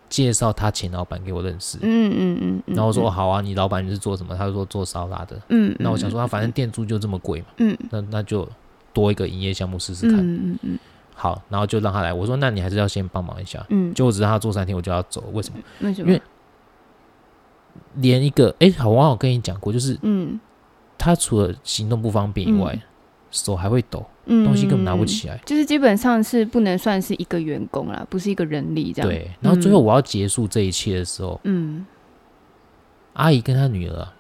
[SPEAKER 1] 介绍她前老板给我认识，
[SPEAKER 2] 嗯嗯嗯嗯，
[SPEAKER 1] 然后我说、哦
[SPEAKER 2] 嗯
[SPEAKER 1] 好啊，你老板你是做什么？他就说做烧腊的。
[SPEAKER 2] 嗯，
[SPEAKER 1] 那我想说，啊反正店租就这么贵嘛，
[SPEAKER 2] 嗯
[SPEAKER 1] 那那就多一个营业项目试试看。
[SPEAKER 2] 嗯嗯嗯
[SPEAKER 1] 好，然后就让他来。我说那你还是要先帮忙一下。
[SPEAKER 2] 嗯，
[SPEAKER 1] 就我只让他做三天，我就要走。为什么？
[SPEAKER 2] 为什
[SPEAKER 1] 因
[SPEAKER 2] 么？
[SPEAKER 1] 为连一个哎、好，我好像跟你讲过，就是
[SPEAKER 2] 嗯
[SPEAKER 1] 他除了行动不方便以外，
[SPEAKER 2] 嗯
[SPEAKER 1] 手还会抖，
[SPEAKER 2] 嗯，
[SPEAKER 1] 东西根本拿不起来。
[SPEAKER 2] 就是基本上是不能算是一个员工啦，不是一个人力这样。，
[SPEAKER 1] 对，然后最后我要结束这一切的时候，
[SPEAKER 2] 嗯，
[SPEAKER 1] 阿姨跟她女儿啊、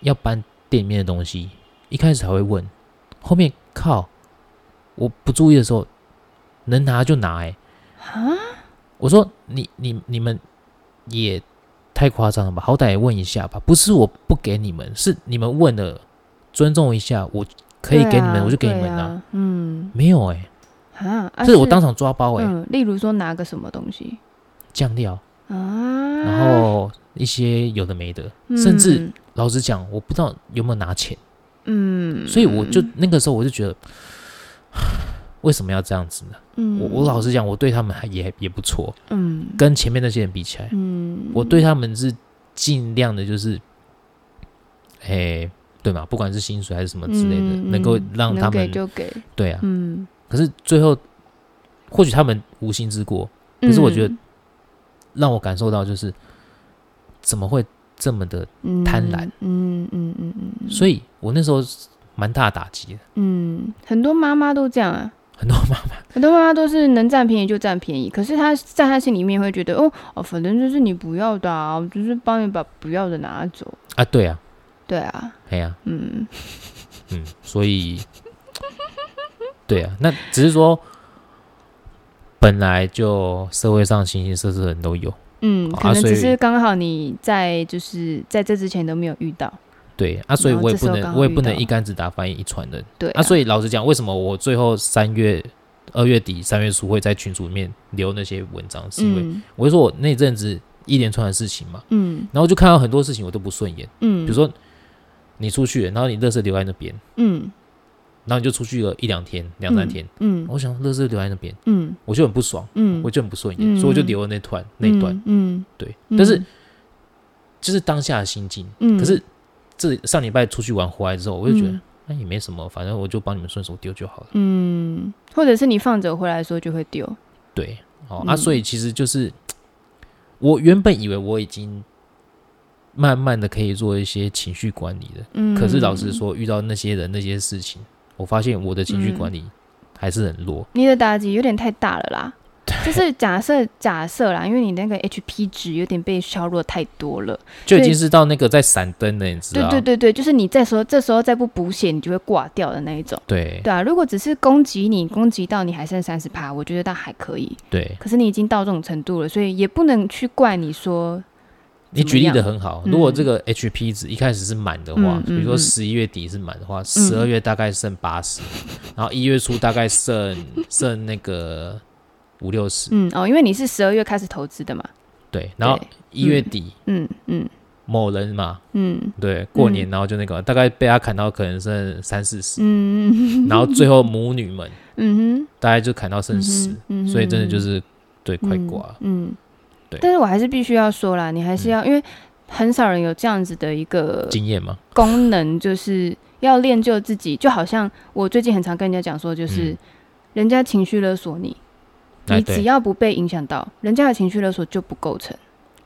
[SPEAKER 1] 要搬店里面的东西，一开始还会问，后面靠我不注意的时候，能拿就拿、欸。哎，
[SPEAKER 2] 啊，
[SPEAKER 1] 我说你你你们也太夸张了吧，好歹也问一下吧。不是我不给你们，是你们问了，尊重一下，我可以给
[SPEAKER 2] 对
[SPEAKER 1] 你们，
[SPEAKER 2] 啊
[SPEAKER 1] 我就给你们
[SPEAKER 2] 对
[SPEAKER 1] 拿。
[SPEAKER 2] 啊。嗯
[SPEAKER 1] 没有哎、
[SPEAKER 2] 啊，啊
[SPEAKER 1] 这是我当场抓包哎、
[SPEAKER 2] 嗯，例如说拿个什么东西
[SPEAKER 1] 酱料，
[SPEAKER 2] 啊，
[SPEAKER 1] 然后一些有的没的，甚至
[SPEAKER 2] 嗯
[SPEAKER 1] 老实讲，我不知道有没有拿钱，
[SPEAKER 2] 嗯，
[SPEAKER 1] 所以我就那个时候我就觉得， 为什么要这样子呢？
[SPEAKER 2] 嗯，
[SPEAKER 1] 我我老实讲，我对他们还也也不错，
[SPEAKER 2] 嗯
[SPEAKER 1] 跟前面那些人比起来，
[SPEAKER 2] 嗯，
[SPEAKER 1] 我对他们是尽量的，就是，诶、对嘛，不管是薪水还是什么之类的，
[SPEAKER 2] 嗯
[SPEAKER 1] 能够
[SPEAKER 2] 嗯
[SPEAKER 1] 让他
[SPEAKER 2] 能给
[SPEAKER 1] 们
[SPEAKER 2] 就给，
[SPEAKER 1] 对啊。
[SPEAKER 2] 嗯，
[SPEAKER 1] 可是最后，或许他们无心之过，可是我觉得让我感受到就是怎么会这么的？
[SPEAKER 2] 嗯
[SPEAKER 1] 贪婪，
[SPEAKER 2] 嗯嗯嗯嗯嗯
[SPEAKER 1] 所以我那时候是蛮大打击的，
[SPEAKER 2] 嗯，很多妈妈都这样啊。
[SPEAKER 1] 很多妈妈
[SPEAKER 2] 很多妈妈都是能占便宜就占便宜，可是她在她心里面会觉得，哦哦，反正就是你不要的啊，我就是帮你把不要的拿走。
[SPEAKER 1] 啊，对啊，
[SPEAKER 2] 对啊，
[SPEAKER 1] 哎呀、
[SPEAKER 2] 嗯
[SPEAKER 1] 嗯，所以，对啊，那只是说，本来就社会上形形色色的人都有，
[SPEAKER 2] 嗯，
[SPEAKER 1] 啊
[SPEAKER 2] 可能
[SPEAKER 1] 所以
[SPEAKER 2] 只是刚好你在就是在这之前都没有遇到。
[SPEAKER 1] 对啊，所以
[SPEAKER 2] 然后
[SPEAKER 1] 我也
[SPEAKER 2] 这时
[SPEAKER 1] 不
[SPEAKER 2] 候
[SPEAKER 1] 能，
[SPEAKER 2] 刚好
[SPEAKER 1] 我也
[SPEAKER 2] 遇
[SPEAKER 1] 不能
[SPEAKER 2] 到
[SPEAKER 1] 一竿子打翻一船人
[SPEAKER 2] 对
[SPEAKER 1] 啊。所以老实讲，为什么我最后三月、二月底、三月初会在群组里面留那些文章，是因为、
[SPEAKER 2] 嗯
[SPEAKER 1] 我就说我那阵子一连串的事情嘛，
[SPEAKER 2] 嗯
[SPEAKER 1] 然后就看到很多事情我都不顺眼，
[SPEAKER 2] 嗯，
[SPEAKER 1] 比如说你出去了，然后你垃圾留在那边，
[SPEAKER 2] 嗯
[SPEAKER 1] 然后你就出去了一两天、两三天，
[SPEAKER 2] 嗯
[SPEAKER 1] 我想垃圾留在那边，
[SPEAKER 2] 嗯
[SPEAKER 1] 我就很不爽。
[SPEAKER 2] 嗯，
[SPEAKER 1] 我就很不顺眼，
[SPEAKER 2] 嗯
[SPEAKER 1] 所以我就留了那段那一段，
[SPEAKER 2] 嗯，
[SPEAKER 1] 对，
[SPEAKER 2] 嗯
[SPEAKER 1] 但是就是当下的心境。
[SPEAKER 2] 嗯，
[SPEAKER 1] 可是这上礼拜出去玩回来之后，我就觉得
[SPEAKER 2] 嗯
[SPEAKER 1] 那也没什么，反正我就帮你们顺手丢就好了。
[SPEAKER 2] 嗯，或者是你放着回来的时候就会丢，
[SPEAKER 1] 对，哦
[SPEAKER 2] 嗯
[SPEAKER 1] 啊，所以其实就是我原本以为我已经慢慢的可以做一些情绪管理了，
[SPEAKER 2] 嗯，
[SPEAKER 1] 可是老实，说，遇到那些人那些事情，我发现我的情
[SPEAKER 2] 嗯
[SPEAKER 1] 绪管理还是很弱。
[SPEAKER 2] 你的打击有点太大了啦。就是假设假设啦，因为你那个 HP 值有点被削弱太多了。
[SPEAKER 1] 就已
[SPEAKER 2] 对
[SPEAKER 1] 经是到那个在闪灯了，你知
[SPEAKER 2] 对
[SPEAKER 1] 道？
[SPEAKER 2] 对对对，就是你这时候这时候再不补血，你就会挂掉的那一种。
[SPEAKER 1] 对
[SPEAKER 2] 对啊，如果只是攻击你，攻击到你还剩三十趴，我觉得倒还可以。
[SPEAKER 1] 对，
[SPEAKER 2] 可是你已经到这种程度了，所以也不能去怪你说
[SPEAKER 1] 你
[SPEAKER 2] 怎么
[SPEAKER 1] 举例的
[SPEAKER 2] 样
[SPEAKER 1] 很好，如果
[SPEAKER 2] 嗯
[SPEAKER 1] 这个 HP 值一开始是满的话
[SPEAKER 2] 嗯，
[SPEAKER 1] 比如
[SPEAKER 2] 嗯
[SPEAKER 1] 说
[SPEAKER 2] 嗯
[SPEAKER 1] 十一月底是满的话，十二月大概剩八十，然后一月初大概剩 剩那个五六十，
[SPEAKER 2] 嗯哦，因为你是十二月开始投资的嘛。
[SPEAKER 1] 对，然后
[SPEAKER 2] 对
[SPEAKER 1] 一月底
[SPEAKER 2] 嗯嗯
[SPEAKER 1] 某人嘛，
[SPEAKER 2] 嗯
[SPEAKER 1] 对，过
[SPEAKER 2] 嗯
[SPEAKER 1] 年然后就那个大概被他砍到可能剩三四 十，
[SPEAKER 2] 嗯
[SPEAKER 1] 然后最后母女们
[SPEAKER 2] 嗯
[SPEAKER 1] 大概就砍到剩
[SPEAKER 2] 哼，
[SPEAKER 1] 十，
[SPEAKER 2] 嗯哼，
[SPEAKER 1] 所以真的就是是对快挂了，
[SPEAKER 2] 嗯，嗯
[SPEAKER 1] 对嗯
[SPEAKER 2] 但是我还是必须要说啦，你还是要、因为很少人有这样子的一个
[SPEAKER 1] 经验嘛，
[SPEAKER 2] 功能，就是要练就自己。就好像我最近很常跟人家讲说，就是、
[SPEAKER 1] 嗯
[SPEAKER 2] 人家情绪勒索你，
[SPEAKER 1] 哎
[SPEAKER 2] 你只
[SPEAKER 1] 对
[SPEAKER 2] 要不被影响到，人家的情绪勒索就不构成。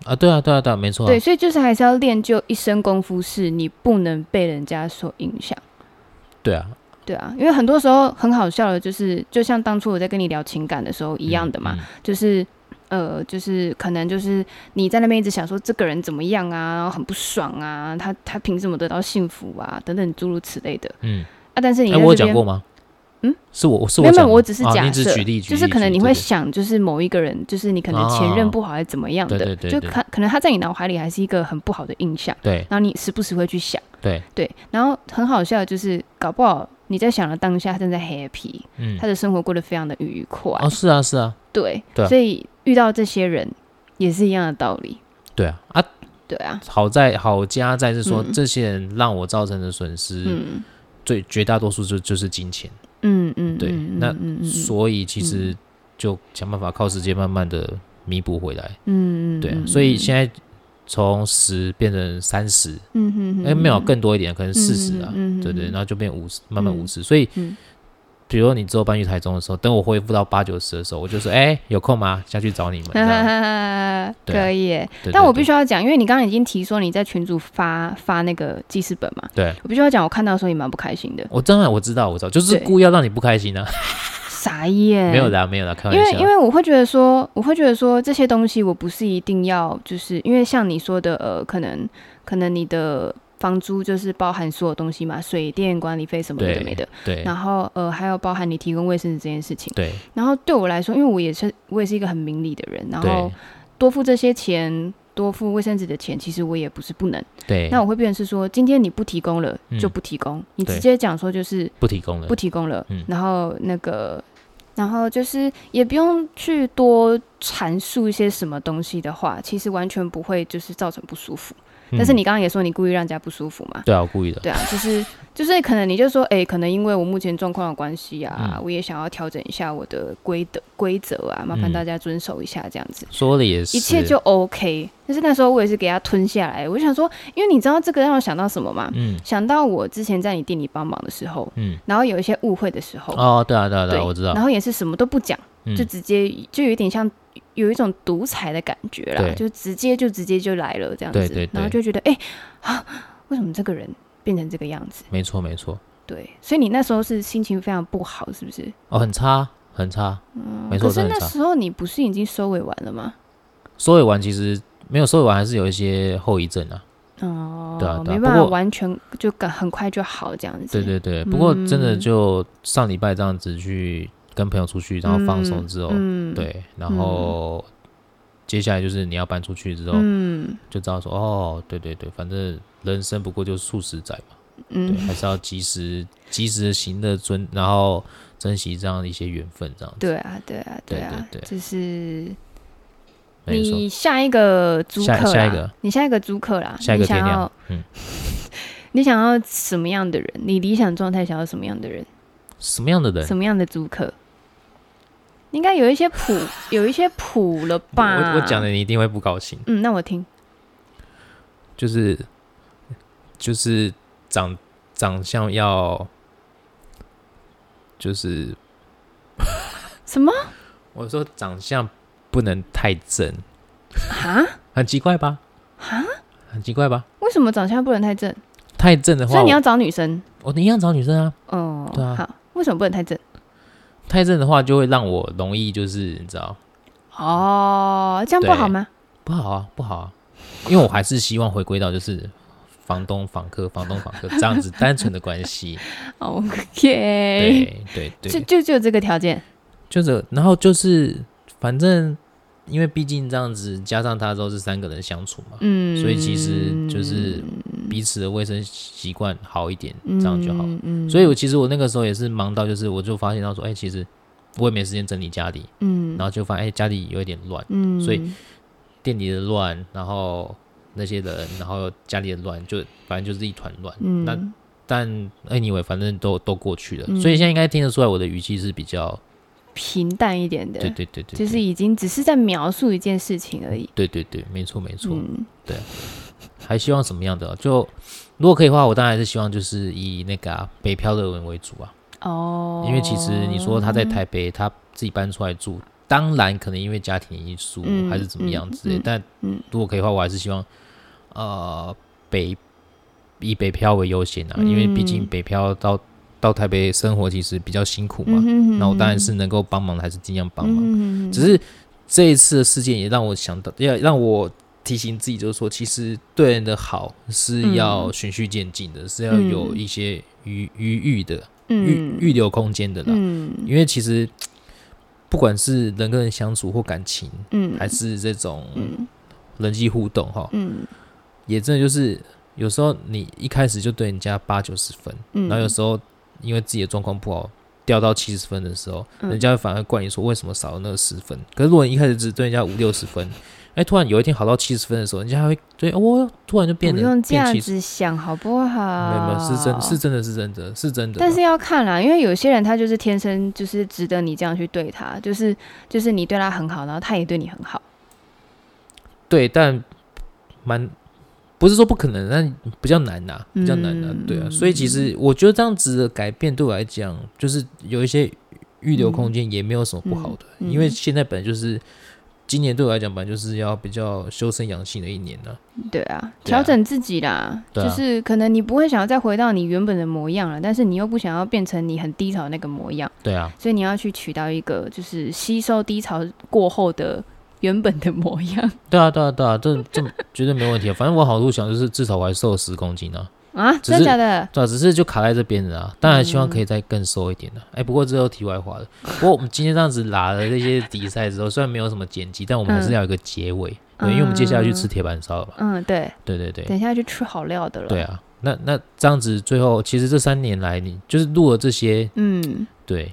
[SPEAKER 1] 啊对啊对啊对啊，没错啊
[SPEAKER 2] 对，，所以就是还是要练就一身功夫，是你不能被人家所影响。
[SPEAKER 1] 对啊，
[SPEAKER 2] 对啊，因为很多时候很好笑的，就是就像当初我在跟你聊情感的时候一样的嘛，
[SPEAKER 1] 嗯，嗯
[SPEAKER 2] 就是呃，就是可能就是你在那边一直想说这个人怎么样啊，然后很不爽啊，他他凭什么得到幸福啊，等等诸如此类的
[SPEAKER 1] 嗯。
[SPEAKER 2] 啊。但是你
[SPEAKER 1] 哎、
[SPEAKER 2] 在
[SPEAKER 1] 我有
[SPEAKER 2] 这
[SPEAKER 1] 讲
[SPEAKER 2] 边
[SPEAKER 1] 过吗？
[SPEAKER 2] 嗯，
[SPEAKER 1] 是我，是
[SPEAKER 2] 没
[SPEAKER 1] 我
[SPEAKER 2] 有没
[SPEAKER 1] 讲
[SPEAKER 2] 有，
[SPEAKER 1] 过，
[SPEAKER 2] 我只是
[SPEAKER 1] 啊
[SPEAKER 2] 假
[SPEAKER 1] 你只
[SPEAKER 2] 设，
[SPEAKER 1] 举例，举
[SPEAKER 2] 就是
[SPEAKER 1] 例
[SPEAKER 2] 可能
[SPEAKER 1] 举例
[SPEAKER 2] 你会
[SPEAKER 1] 对
[SPEAKER 2] 想，就是某一个人，就是你可能前任不好还是怎么样
[SPEAKER 1] 对
[SPEAKER 2] 的，
[SPEAKER 1] 对对
[SPEAKER 2] 就
[SPEAKER 1] 对
[SPEAKER 2] 可可能他在你脑海里还是一个很不好的印象，
[SPEAKER 1] 对
[SPEAKER 2] 然后你时不时会去想，
[SPEAKER 1] 对，
[SPEAKER 2] 对，然后很好笑，就是搞不好你在想的当下，他正在 happy，
[SPEAKER 1] 嗯
[SPEAKER 2] 他，的生活过得非常的愉快，
[SPEAKER 1] 哦，是啊，是啊，
[SPEAKER 2] 对，
[SPEAKER 1] 对啊
[SPEAKER 2] 所以遇到这些人也是一样的道理，
[SPEAKER 1] 对啊，啊，
[SPEAKER 2] 对啊，
[SPEAKER 1] 好在好家在是说，
[SPEAKER 2] 嗯
[SPEAKER 1] 这些人让我造成的损失，
[SPEAKER 2] 嗯
[SPEAKER 1] 最绝大多数就就是金钱，
[SPEAKER 2] 嗯嗯，
[SPEAKER 1] 对
[SPEAKER 2] 嗯
[SPEAKER 1] 那
[SPEAKER 2] 嗯嗯嗯
[SPEAKER 1] 所以其实就想办法靠时间慢慢的弥补回来，
[SPEAKER 2] 嗯嗯，
[SPEAKER 1] 对啊，
[SPEAKER 2] 嗯
[SPEAKER 1] 所以现在从十变成三十，
[SPEAKER 2] 嗯嗯嗯，
[SPEAKER 1] 哎，没有更多一点，可能
[SPEAKER 2] 嗯
[SPEAKER 1] 四十啊，
[SPEAKER 2] 嗯嗯嗯
[SPEAKER 1] 对对，
[SPEAKER 2] 嗯
[SPEAKER 1] 然后就变五十，慢慢
[SPEAKER 2] 嗯
[SPEAKER 1] 五十，所以
[SPEAKER 2] 嗯。
[SPEAKER 1] 比如说你之后搬去台中的时候，等我恢复到八九十的时候，我就 说，哎、有空吗？下去找你们。这样对啊
[SPEAKER 2] 可以耶，
[SPEAKER 1] 对
[SPEAKER 2] 但
[SPEAKER 1] 对
[SPEAKER 2] 我必
[SPEAKER 1] 对
[SPEAKER 2] 须要讲，因为你刚刚已经提说你在群组发发那个记事本嘛，
[SPEAKER 1] 对
[SPEAKER 2] 我必须要讲，我看到的时候也蛮不开心的，
[SPEAKER 1] 我当然我知道，我知道，就是
[SPEAKER 2] 对
[SPEAKER 1] 故意要让你不开心啊。
[SPEAKER 2] 傻眼。
[SPEAKER 1] 没有啦，没有啦，开
[SPEAKER 2] 因
[SPEAKER 1] 玩
[SPEAKER 2] 为
[SPEAKER 1] 笑。
[SPEAKER 2] 因为我会觉得说，我会觉得说这些东西我不是一定要，就是因为像你说的，呃，可能可能你的房租就是包含所有东西嘛，水电管理费什么有的
[SPEAKER 1] 对
[SPEAKER 2] 没的，
[SPEAKER 1] 对
[SPEAKER 2] 然后呃还有包含你提供卫生纸这件事情。
[SPEAKER 1] 对
[SPEAKER 2] 然后对我来说，因为我也是我也是一个很明理的人，然后
[SPEAKER 1] 对
[SPEAKER 2] 多付这些钱，多付卫生纸的钱，其实我也不是不能。
[SPEAKER 1] 对，
[SPEAKER 2] 那我会变成是说，今天你不提供了
[SPEAKER 1] 嗯
[SPEAKER 2] 就不提供，你
[SPEAKER 1] 对嗯
[SPEAKER 2] 直接讲说就是
[SPEAKER 1] 不提供了
[SPEAKER 2] 不。提供了，
[SPEAKER 1] 嗯
[SPEAKER 2] 然后那个然后就是也不用去多阐述一些什么东西的话，其实完全不会就是造成不舒服。但是
[SPEAKER 1] 嗯
[SPEAKER 2] 你刚刚也说你故意让人家不舒服嘛，
[SPEAKER 1] 对啊，我故意的，
[SPEAKER 2] 对啊，就是就是可能你就说，哎、可能因为我目前状况的关系啊，
[SPEAKER 1] 嗯
[SPEAKER 2] 我也想要调整一下我的规则规则啊，麻烦
[SPEAKER 1] 嗯
[SPEAKER 2] 大家遵守一下这样子。
[SPEAKER 1] 说的也是，
[SPEAKER 2] 一切就 OK，但是那时候我也是给他吞下来。我就想说，因为你知道这个让我想到什么吗？
[SPEAKER 1] 嗯
[SPEAKER 2] 想到我之前在你店里帮忙的时候，
[SPEAKER 1] 嗯，
[SPEAKER 2] 然后有一些误会的时候，
[SPEAKER 1] 哦，对啊，对啊，对
[SPEAKER 2] 对，
[SPEAKER 1] 啊，我知道
[SPEAKER 2] 然，后也是什么都不讲，
[SPEAKER 1] 嗯
[SPEAKER 2] 就直接就有一点像有一种独裁的感觉啦
[SPEAKER 1] 对，
[SPEAKER 2] 就直接就直接就来了这样子，
[SPEAKER 1] 对对对
[SPEAKER 2] 然后就觉得哎、啊，为什么这个人变成这个样子？
[SPEAKER 1] 没错没错，
[SPEAKER 2] 对，所以你那时候是心情非常不好，是不是？
[SPEAKER 1] 哦，很差很差，没错，
[SPEAKER 2] 嗯可是
[SPEAKER 1] 真的
[SPEAKER 2] 那
[SPEAKER 1] 很差。
[SPEAKER 2] 时候你不是已经收尾完了吗？
[SPEAKER 1] 收尾完其实没有收尾完，还是有一些后遗症啊。
[SPEAKER 2] 哦，
[SPEAKER 1] 对啊对啊
[SPEAKER 2] 没办
[SPEAKER 1] 不
[SPEAKER 2] 法，
[SPEAKER 1] 过
[SPEAKER 2] 完全就赶很快就好这样子。
[SPEAKER 1] 对对对，不过真的
[SPEAKER 2] 嗯
[SPEAKER 1] 就上礼拜这样子去跟朋友出去，然后放松之后，
[SPEAKER 2] 嗯，
[SPEAKER 1] 对，然后接下来就是你要搬出去之后，
[SPEAKER 2] 嗯
[SPEAKER 1] 就知道说哦，对对对，反正人生不过就是数十载嘛，对，
[SPEAKER 2] 嗯，
[SPEAKER 1] 还是要及时及时行乐尊，然后珍惜这样的一些缘分，这样子。
[SPEAKER 2] 对啊，对啊，
[SPEAKER 1] 对
[SPEAKER 2] 啊，
[SPEAKER 1] 对对
[SPEAKER 2] 就是
[SPEAKER 1] 没错，
[SPEAKER 2] 你下一个租客
[SPEAKER 1] 下
[SPEAKER 2] 啦，
[SPEAKER 1] 下一个
[SPEAKER 2] 你下一个租客啦，
[SPEAKER 1] 下一个
[SPEAKER 2] 你
[SPEAKER 1] 天
[SPEAKER 2] 想要
[SPEAKER 1] 亮，嗯，
[SPEAKER 2] 你想要什么样的人？你理想状态想要什么样的人？
[SPEAKER 1] 什么样的人？
[SPEAKER 2] 什么样的租客？应该有一些谱，有一些谱了
[SPEAKER 1] 我
[SPEAKER 2] 吧？
[SPEAKER 1] 我讲的，你一定会不高兴，
[SPEAKER 2] 嗯，那我听。
[SPEAKER 1] 就是就是长长相要就是
[SPEAKER 2] 什么
[SPEAKER 1] 我说长相不能太正，
[SPEAKER 2] 啊？
[SPEAKER 1] 很奇怪吧？
[SPEAKER 2] 啊？
[SPEAKER 1] 很奇怪吧？
[SPEAKER 2] 为什么长相不能太正？
[SPEAKER 1] 太正的话，
[SPEAKER 2] 所以你要
[SPEAKER 1] 我
[SPEAKER 2] 找女生
[SPEAKER 1] 我一样找女生啊。
[SPEAKER 2] 哦。
[SPEAKER 1] 对啊
[SPEAKER 2] 好，为什么不能太正？
[SPEAKER 1] 太正的话就会让我容易就是你知道嗯
[SPEAKER 2] 哦，这样不
[SPEAKER 1] 对
[SPEAKER 2] 好吗？
[SPEAKER 1] 不好啊，不好啊，因为我还是希望回归到就是房东房客房东房 客这样子单纯的关系。
[SPEAKER 2] OK，
[SPEAKER 1] 对对
[SPEAKER 2] 就
[SPEAKER 1] 对，
[SPEAKER 2] 就就哎这个条件。
[SPEAKER 1] 就是然后就是反正因为毕竟这样子加上他之后是三个人相处嘛，
[SPEAKER 2] 嗯，
[SPEAKER 1] 所以其实就是彼此的卫生习惯好一点，这样就好了。
[SPEAKER 2] 嗯。嗯
[SPEAKER 1] 所以我其实我那个时候也是忙到，就是我就发现到说，哎、其实我也没时间整理家里，
[SPEAKER 2] 嗯
[SPEAKER 1] 然后就发现哎、家里有一点乱，
[SPEAKER 2] 嗯，
[SPEAKER 1] 所以店里的乱，然后那些人，然后家里的乱，就反正就是一团乱。
[SPEAKER 2] 嗯，
[SPEAKER 1] 那但 anyway，反正都都过去了，
[SPEAKER 2] 嗯
[SPEAKER 1] 所以现在应该听得出来我的语气是比较，
[SPEAKER 2] 平淡一点的，
[SPEAKER 1] 对对对对，
[SPEAKER 2] 就是已经只是在描述一件事情而已。
[SPEAKER 1] 对对对，没错没错。
[SPEAKER 2] 嗯
[SPEAKER 1] 还希望什么样的？啊就如果可以的话，我当然还是希望就是以那个、啊、北漂的人为主啊。
[SPEAKER 2] 哦，
[SPEAKER 1] 因为其实你说他在台北，他自己搬出来住，当然可能因为家庭因素
[SPEAKER 2] 嗯
[SPEAKER 1] 还是怎么样之类，
[SPEAKER 2] 嗯嗯
[SPEAKER 1] 但
[SPEAKER 2] 嗯
[SPEAKER 1] 如果可以的话，我还是希望呃北以北漂为优先啊，因为毕竟
[SPEAKER 2] 嗯
[SPEAKER 1] 北漂到到台北生活其实比较辛苦嘛，
[SPEAKER 2] 嗯
[SPEAKER 1] 那我当然是能够帮忙的还是尽量帮忙，
[SPEAKER 2] 嗯
[SPEAKER 1] 只是这一次的事件也让我想到，要让我。提醒自己，就是说，其实对人的好是要
[SPEAKER 2] 嗯
[SPEAKER 1] 循序渐进的，是要有
[SPEAKER 2] 嗯
[SPEAKER 1] 一些余余裕的、预
[SPEAKER 2] 嗯
[SPEAKER 1] 预留空间的啊啦。
[SPEAKER 2] 嗯
[SPEAKER 1] 因为其实不管是人跟人相处或感情，
[SPEAKER 2] 嗯
[SPEAKER 1] 还是这种
[SPEAKER 2] 嗯
[SPEAKER 1] 人际互动哈，
[SPEAKER 2] 嗯
[SPEAKER 1] 也真的就是有时候你一开始就对人家八九十分，
[SPEAKER 2] 嗯，
[SPEAKER 1] 然后有时候因为自己的状况不好。掉到七十分的时候，
[SPEAKER 2] 嗯
[SPEAKER 1] 人家反而怪你说为什么少了那个十分。可是如果你一开始只对人家五六十分，哎，突然有一天好到七十分的时候，人家还会对哦，突然就变
[SPEAKER 2] 不
[SPEAKER 1] 得
[SPEAKER 2] 用这
[SPEAKER 1] 变
[SPEAKER 2] 样
[SPEAKER 1] 七十，
[SPEAKER 2] 子想好不
[SPEAKER 1] 没
[SPEAKER 2] 好？
[SPEAKER 1] 有没有，是真是真的是真的是真的啦。
[SPEAKER 2] 但是要看啦，因为有些人他就是天生就是值得你这样去对他，就是就是你对他很好，然后他也对你很好。
[SPEAKER 1] 对，但蛮不是说不可能，但比较难呐、比较难呐、
[SPEAKER 2] 嗯
[SPEAKER 1] 对啊。所以其实我觉得这样子的改变对我来讲，就是有一些预留空间，也没有什么不好的，
[SPEAKER 2] 嗯嗯
[SPEAKER 1] 因为现在本来就是今年对我来讲，本来就是要比较修身养性的一年呢、
[SPEAKER 2] 对啊，
[SPEAKER 1] 对啊
[SPEAKER 2] 调整自己啦，
[SPEAKER 1] 对啊
[SPEAKER 2] 就是可能你不会想要再回到你原本的模样了，但是你又不想要变成你很低潮的那个模样，
[SPEAKER 1] 对啊，
[SPEAKER 2] 所以你要去取到一个就是吸收低潮过后的原本的模样
[SPEAKER 1] 对啊，对啊，对啊，这这绝对没问题、啊。反正我好路想就是至少我还瘦十公斤啊，
[SPEAKER 2] 啊，
[SPEAKER 1] 只
[SPEAKER 2] 真
[SPEAKER 1] 是
[SPEAKER 2] 的假的？
[SPEAKER 1] 对啊，只是就卡在这边了啊。当然希望可以再更瘦一点的、啊。哎、不过这又题外话了。不过我们今天这样子拉了这些比赛之后，虽然没有什么剪辑，但我们还是要有一个结尾，对，因为我们接下来去吃铁板烧了嘛。
[SPEAKER 2] 嗯，对，
[SPEAKER 1] 对对对，
[SPEAKER 2] 等一下去吃好料的了。
[SPEAKER 1] 对，啊。那那这样子，最后其实这三年来你，就是录了这些，
[SPEAKER 2] 嗯，
[SPEAKER 1] 对，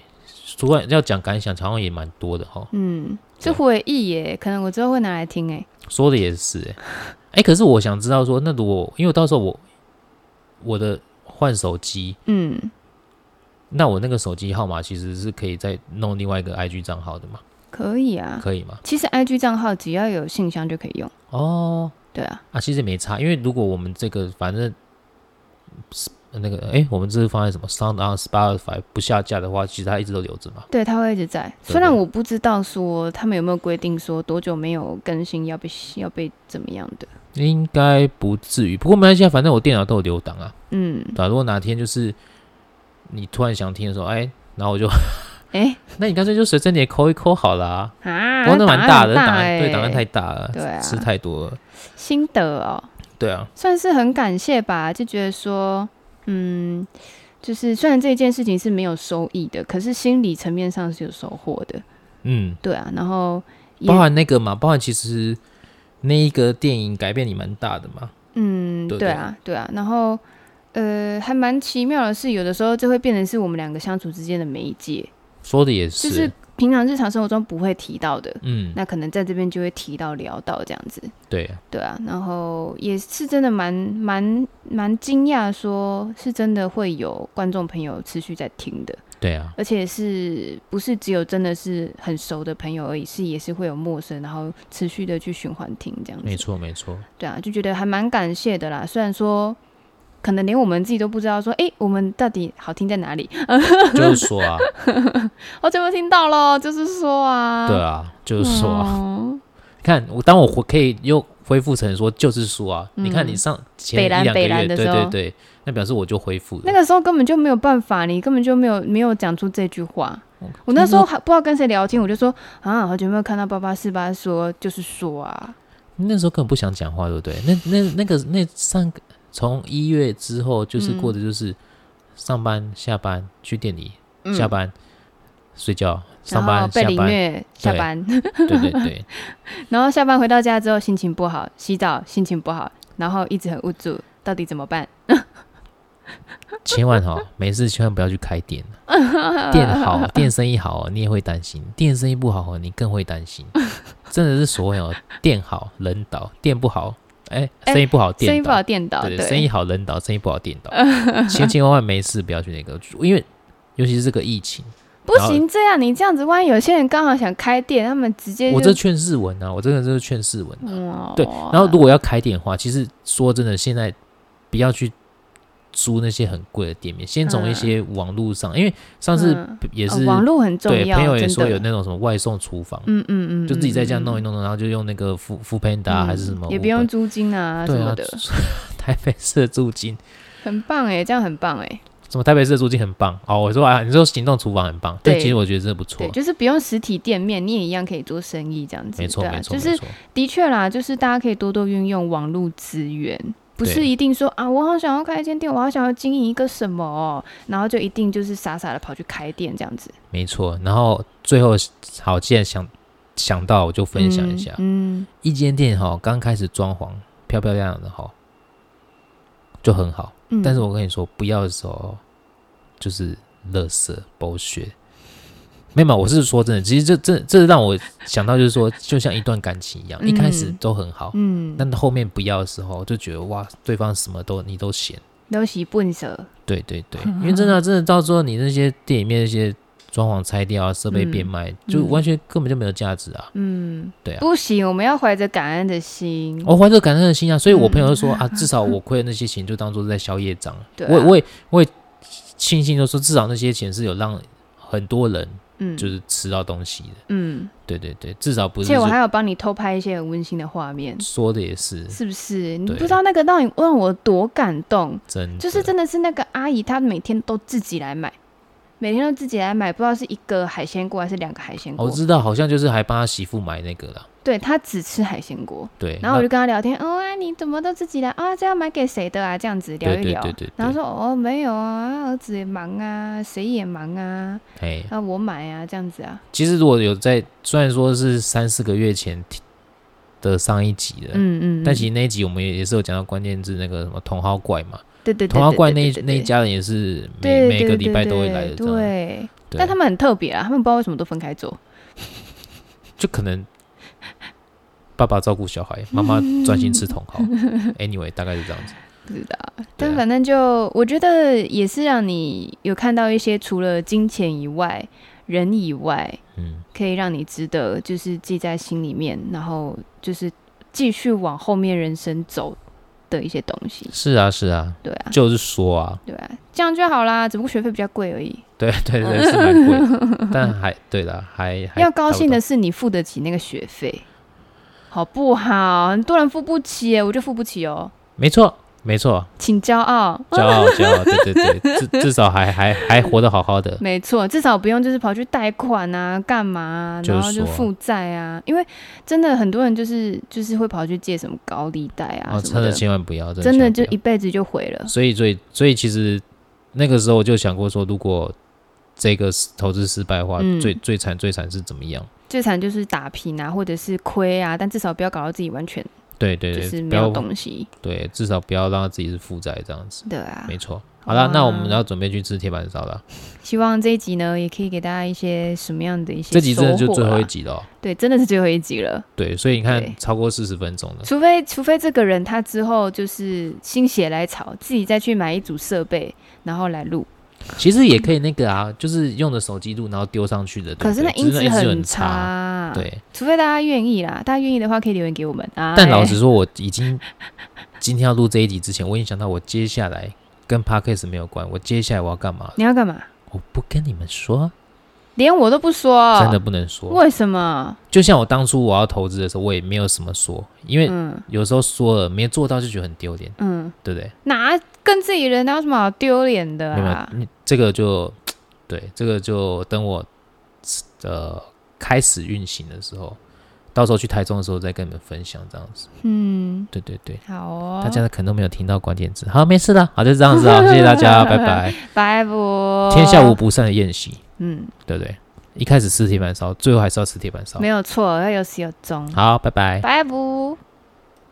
[SPEAKER 1] 主管要讲感想，常常也蛮多的哈。
[SPEAKER 2] 嗯，
[SPEAKER 1] 对
[SPEAKER 2] 是回忆耶，可能我之后会拿来听哎。
[SPEAKER 1] 说的也是、欸，哎、可是我想知道说，那如果因为到时候我我的换手机，
[SPEAKER 2] 嗯，
[SPEAKER 1] 那我那个手机号码其实是可以再弄另外一个 IG 账号的嘛？
[SPEAKER 2] 可以啊。
[SPEAKER 1] 可以吗？
[SPEAKER 2] 其实 IG 账号只要有信箱就可以用，
[SPEAKER 1] 哦，
[SPEAKER 2] 对啊，
[SPEAKER 1] 啊，其实也没差，因为如果我们这个反正是那个哎、我们这是放在什么 Sound on Spotify 不下架的话，其实它一直都留着嘛。
[SPEAKER 2] 对，它会一直在。
[SPEAKER 1] 对
[SPEAKER 2] 虽然我不知道说他们有没有规定说多久没有更新要被要被怎么样的，
[SPEAKER 1] 应该不至于，不过没关系啊，反正我电脑都有留档啊。
[SPEAKER 2] 嗯，
[SPEAKER 1] 对啊如果哪天就是你突然想听的时候，哎、然后我就，
[SPEAKER 2] 哎
[SPEAKER 1] 那你干脆就随身碟抠一抠好啦、
[SPEAKER 2] 啊，
[SPEAKER 1] 哦，那蛮大的，
[SPEAKER 2] 档
[SPEAKER 1] 那档
[SPEAKER 2] 案
[SPEAKER 1] 案
[SPEAKER 2] 很
[SPEAKER 1] 对档案
[SPEAKER 2] 大欸
[SPEAKER 1] 太大了，
[SPEAKER 2] 对啊
[SPEAKER 1] 吃太多了，
[SPEAKER 2] 心得哦，
[SPEAKER 1] 对啊，
[SPEAKER 2] 算是很感谢吧，就觉得说，嗯，就是虽然这件事情是没有收益的，可是心理层面上是有收获的，
[SPEAKER 1] 嗯，
[SPEAKER 2] 对啊，然后也
[SPEAKER 1] 包含那个嘛，包含其实那一个电影改变你蛮大的嘛，
[SPEAKER 2] 嗯，
[SPEAKER 1] 对
[SPEAKER 2] 对啊，对啊，然后呃，还蛮奇妙的是，有的时候就会变成是我们两个相处之间的媒介，
[SPEAKER 1] 说的也，
[SPEAKER 2] 就是是平常日常生活中不会提到的，
[SPEAKER 1] 嗯，
[SPEAKER 2] 那可能在这边就会提到聊到这样子，
[SPEAKER 1] 对，
[SPEAKER 2] 对啊，然后也是真的蛮蛮蛮惊讶，说是真的会有观众朋友持续在听的。
[SPEAKER 1] 对啊，
[SPEAKER 2] 而且是不是只有真的是很熟的朋友而已，是也是会有陌生，然后持续的去循环听这样子。
[SPEAKER 1] 没，错没 错，
[SPEAKER 2] 对啊，就觉得还蛮感谢的啦。虽然说可能连我们自己都不知道说，诶，我们到底好听在哪里，
[SPEAKER 1] 就是说啊，
[SPEAKER 2] 好久没听到咯，就是说啊，
[SPEAKER 1] 对啊，就是说啊，
[SPEAKER 2] 嗯
[SPEAKER 1] 看我当我回可以又恢复成说就是说啊，你看你上前一
[SPEAKER 2] 北兰
[SPEAKER 1] 两个
[SPEAKER 2] 嗯北兰
[SPEAKER 1] 月，对
[SPEAKER 2] 的时
[SPEAKER 1] 对
[SPEAKER 2] 候
[SPEAKER 1] 对，那表示我就恢复
[SPEAKER 2] 那
[SPEAKER 1] 了，
[SPEAKER 2] 个时候根本就没有办法，你根本就没有没有讲出这句话。
[SPEAKER 1] 哦
[SPEAKER 2] 我那时候还不知道跟谁聊天，我就说啊，好久没有看到八八四八说，就是说啊，
[SPEAKER 1] 那时候根本不想讲话，对不对？那那那个那上个从一月之后就是
[SPEAKER 2] 嗯
[SPEAKER 1] 过的就是上班下班去店里。
[SPEAKER 2] 嗯
[SPEAKER 1] 下班、睡觉，上
[SPEAKER 2] 然后
[SPEAKER 1] 班
[SPEAKER 2] 被
[SPEAKER 1] 下
[SPEAKER 2] 凌
[SPEAKER 1] 班，
[SPEAKER 2] 虐，下
[SPEAKER 1] 对
[SPEAKER 2] 班，
[SPEAKER 1] 对对对，
[SPEAKER 2] 然后下班回到家之后心情不好，洗澡心情不好，然后一直很无助，到底怎么办？
[SPEAKER 1] 千万哈，没事千万不要去开 店，店好，店生意好，你也会担心；店生意不好，你更会担心。真的是所谓哦，店好人倒，店不好，哎、
[SPEAKER 2] 哎
[SPEAKER 1] 生意不好
[SPEAKER 2] 生意
[SPEAKER 1] 店
[SPEAKER 2] 不好
[SPEAKER 1] 倒，
[SPEAKER 2] 颠倒，
[SPEAKER 1] 对
[SPEAKER 2] 对，
[SPEAKER 1] 对，生意好人倒，生意不好店倒，千千万万没事不要去那个，因为尤其是这个疫情，
[SPEAKER 2] 不行这样，你这样子，万一有些人刚好想开店，他们直接就嗯哦
[SPEAKER 1] 我这劝世文啊，我真的就是劝世文啊、
[SPEAKER 2] 哇
[SPEAKER 1] 对，然后如果要开店的话，其实说真的，现在不要去租那些很贵的店面，先从一
[SPEAKER 2] 嗯
[SPEAKER 1] 些网络上，因为上次
[SPEAKER 2] 嗯
[SPEAKER 1] 也
[SPEAKER 2] 哦
[SPEAKER 1] 是、
[SPEAKER 2] 网络很重
[SPEAKER 1] 对
[SPEAKER 2] 要，
[SPEAKER 1] 朋友也
[SPEAKER 2] 真的
[SPEAKER 1] 说有那种什么外送厨房，
[SPEAKER 2] 嗯嗯嗯，
[SPEAKER 1] 就自己在家弄一
[SPEAKER 2] 弄，
[SPEAKER 1] 弄，然后就用那个富富 panda 啊还是什么 Uber，
[SPEAKER 2] 也不用租金啊什
[SPEAKER 1] 对啊
[SPEAKER 2] 么的，，
[SPEAKER 1] 台北市的租金，
[SPEAKER 2] 很棒哎，这样很棒哎，
[SPEAKER 1] 什么台北市的租金很棒哦。我说啊，你说行动厨房很棒，
[SPEAKER 2] 对
[SPEAKER 1] 其实我觉得真的不错
[SPEAKER 2] 对，，就是不用实体店面，你也一样可以做生意这样子，
[SPEAKER 1] 没错
[SPEAKER 2] 对啊
[SPEAKER 1] 没错
[SPEAKER 2] 就
[SPEAKER 1] 没
[SPEAKER 2] 是
[SPEAKER 1] 错，
[SPEAKER 2] 的确啦，就是大家可以多多运用网络资源，不是
[SPEAKER 1] 对
[SPEAKER 2] 一定说啊，我好想要开一间店，我好想要经营一个什么、哦，然后就一定就是傻傻的跑去开店这样子。
[SPEAKER 1] 没错。然后最后好，既然想想到，我就分享一下，
[SPEAKER 2] 嗯，
[SPEAKER 1] 一间店哈，刚开始装潢漂漂亮亮的哈，就很好。
[SPEAKER 2] 嗯
[SPEAKER 1] 但是我跟你说，不要的时候就是垃圾剥削。没有嘛，我是说真的，其实这这这让我想到就是说，就像一段感情一样，
[SPEAKER 2] 嗯
[SPEAKER 1] 一开始都很好，
[SPEAKER 2] 嗯，
[SPEAKER 1] 但后面不要的时候就觉得哇，对方什么都你都嫌。
[SPEAKER 2] 都是笨蛇，
[SPEAKER 1] 对对对，
[SPEAKER 2] 嗯
[SPEAKER 1] 因为真的啊、真的到最后，你那些店里面那些装潢拆掉啊，设备变卖，就完全根本就没有价值啊。
[SPEAKER 2] 嗯，
[SPEAKER 1] 对啊
[SPEAKER 2] 不行，我们要怀着感恩的心。
[SPEAKER 1] 我怀着感恩的心啊，所以我朋友就 说、啊，至少我亏的那些钱就当做在消业障。
[SPEAKER 2] 对啊
[SPEAKER 1] 我我也我也庆幸，就说至少那些钱是有让很多人
[SPEAKER 2] 嗯，
[SPEAKER 1] 就是吃到东西的。
[SPEAKER 2] 嗯，
[SPEAKER 1] 对对对，至少不
[SPEAKER 2] 而
[SPEAKER 1] 是
[SPEAKER 2] 且我
[SPEAKER 1] 就
[SPEAKER 2] 还有帮你偷拍一些很温馨的画面，
[SPEAKER 1] 说的也是
[SPEAKER 2] 是不是？你
[SPEAKER 1] 对嗯
[SPEAKER 2] 不知道那个让你让我多感动。
[SPEAKER 1] 真的，
[SPEAKER 2] 就是真的是那个阿姨，她每天都自己来买，每天都自己来买，不知道是一个海鲜锅还是两个海鲜
[SPEAKER 1] 哦我
[SPEAKER 2] 锅。
[SPEAKER 1] 知道，好像就是还帮他媳妇买那个了。
[SPEAKER 2] 对她只吃海鲜锅，
[SPEAKER 1] 对，
[SPEAKER 2] 然后
[SPEAKER 1] 那
[SPEAKER 2] 我就跟她聊天，哦，啊、你怎么都自己来啊？这要买给谁的啊？这样子聊一
[SPEAKER 1] 对对
[SPEAKER 2] 聊。
[SPEAKER 1] 对对对
[SPEAKER 2] 然后说哦，没有啊，儿子也忙啊，谁也忙啊，
[SPEAKER 1] 哎，
[SPEAKER 2] 啊，我买啊，这样子啊。
[SPEAKER 1] 其实如果有在，虽然说是三四个月前听的上一集了。
[SPEAKER 2] 嗯嗯，
[SPEAKER 1] 但其实那一集我们也也是有讲到关键字那个什么同好怪嘛，
[SPEAKER 2] 对对对，
[SPEAKER 1] 同好怪那一
[SPEAKER 2] 对
[SPEAKER 1] 那一，家人也是每
[SPEAKER 2] 对对对
[SPEAKER 1] 每
[SPEAKER 2] 对
[SPEAKER 1] 个
[SPEAKER 2] 对
[SPEAKER 1] 礼拜都会来的这样，
[SPEAKER 2] 对，
[SPEAKER 1] 对
[SPEAKER 2] 但他们很特别啊，他们不知道为什么都分开做。
[SPEAKER 1] 就可能爸爸照顾小 孩，妈妈专心吃同好。anyway，大概是这样子。
[SPEAKER 2] 不知道，
[SPEAKER 1] 对
[SPEAKER 2] 但
[SPEAKER 1] 啊
[SPEAKER 2] 反正就我觉得也是让你有看到一些除了金钱以外，人以外，
[SPEAKER 1] 嗯，
[SPEAKER 2] 可以让你值得就是记在心里面，然后就是继续往后面人生走的一些东西。
[SPEAKER 1] 是啊，是啊，
[SPEAKER 2] 对啊，
[SPEAKER 1] 就是说啊，
[SPEAKER 2] 对啊，这样就好啦，只不过学费比较贵而已。
[SPEAKER 1] 对对对，是蛮贵 的，但还对啦，还还
[SPEAKER 2] 要高兴的
[SPEAKER 1] 差
[SPEAKER 2] 是你付得起那个学费，好不好？很多人付不起耶，我就付不起哦，
[SPEAKER 1] 不多，没错没错，
[SPEAKER 2] 请骄傲。
[SPEAKER 1] 骄傲骄傲，对对 对，至至少还还还活得好好的，
[SPEAKER 2] 没错，至少不用就是跑去贷款啊，干嘛、啊，
[SPEAKER 1] 就是
[SPEAKER 2] 然后
[SPEAKER 1] 说
[SPEAKER 2] 就负债啊。因为真的很多人就是就是会跑去借什么高利贷啊
[SPEAKER 1] 哦，
[SPEAKER 2] 什
[SPEAKER 1] 真
[SPEAKER 2] 么
[SPEAKER 1] 的
[SPEAKER 2] 的，
[SPEAKER 1] 千万不要，
[SPEAKER 2] 真
[SPEAKER 1] 的
[SPEAKER 2] 的
[SPEAKER 1] 千
[SPEAKER 2] 就
[SPEAKER 1] 万不
[SPEAKER 2] 一辈子就毁了
[SPEAKER 1] 要。所以所以所以其实那个时候我就想过说，如果这个投资失败的话，
[SPEAKER 2] 嗯
[SPEAKER 1] 最最惨最惨是怎么样？
[SPEAKER 2] 最惨就是打平啊，或者是亏啊，但至少不要搞到自己完全
[SPEAKER 1] 对对
[SPEAKER 2] 就
[SPEAKER 1] 对，
[SPEAKER 2] 是
[SPEAKER 1] 不
[SPEAKER 2] 没有
[SPEAKER 1] 要
[SPEAKER 2] 东西。
[SPEAKER 1] 对，至少不要让自己是负债这样子，
[SPEAKER 2] 对啊，
[SPEAKER 1] 没错。好
[SPEAKER 2] 好
[SPEAKER 1] 了，那我
[SPEAKER 2] 啊
[SPEAKER 1] 们要准备去吃铁板烧了。
[SPEAKER 2] 希望这一集呢也可以给大家一些什么样的一些
[SPEAKER 1] 这集真的就
[SPEAKER 2] 收获
[SPEAKER 1] 最
[SPEAKER 2] 啦
[SPEAKER 1] 后一，集了哦，
[SPEAKER 2] 对，真的是最后一集了。
[SPEAKER 1] 对，所以你看
[SPEAKER 2] 对
[SPEAKER 1] 超过四十分钟了，
[SPEAKER 2] 除非除非这个人他之后就是心血来潮，自己再去买一组设备，然后来录。
[SPEAKER 1] 其实也可以那个啊， 就是用的手机录，然后丢上去的。对不对
[SPEAKER 2] 可是那
[SPEAKER 1] 只
[SPEAKER 2] 音质
[SPEAKER 1] 很
[SPEAKER 2] 很
[SPEAKER 1] 差。
[SPEAKER 2] 差，，哎
[SPEAKER 1] 对，
[SPEAKER 2] 除非大家愿意啦，大家愿意的话可以留言给我们啊。
[SPEAKER 1] 但老实说，我已经 今天要录这一集之前，我已经想到我接下来跟 podcast 没有关，我接下来我要干嘛了？
[SPEAKER 2] 你要干嘛？
[SPEAKER 1] 我不跟你们说，
[SPEAKER 2] 连我都不说，
[SPEAKER 1] 真的？不能说。
[SPEAKER 2] 为什么？
[SPEAKER 1] 就像我当初我要投资的时候，我也没有什么说，因为
[SPEAKER 2] 嗯
[SPEAKER 1] 有时候说了没做到就觉得很丢脸，
[SPEAKER 2] 嗯，
[SPEAKER 1] 对不对？
[SPEAKER 2] 哪跟自己人哪有什么好丢脸的
[SPEAKER 1] 没有
[SPEAKER 2] 啊？
[SPEAKER 1] 你这个就对，这个就等我呃开始运行的时候，到时候去台中的时候再跟你们分享这样子。
[SPEAKER 2] 嗯，
[SPEAKER 1] 对对对，
[SPEAKER 2] 好哦，
[SPEAKER 1] 大家可能都没有听到关键字。好，没事的，好，就这样 子啊，谢谢大家，拜拜。
[SPEAKER 2] 拜拜。
[SPEAKER 1] 天下无，不散的宴席，
[SPEAKER 2] 嗯，
[SPEAKER 1] 对不对？一开始吃铁板烧，最后还是要吃铁板烧
[SPEAKER 2] 没。有错，要有始有终。
[SPEAKER 1] 好，拜拜。
[SPEAKER 2] 拜拜。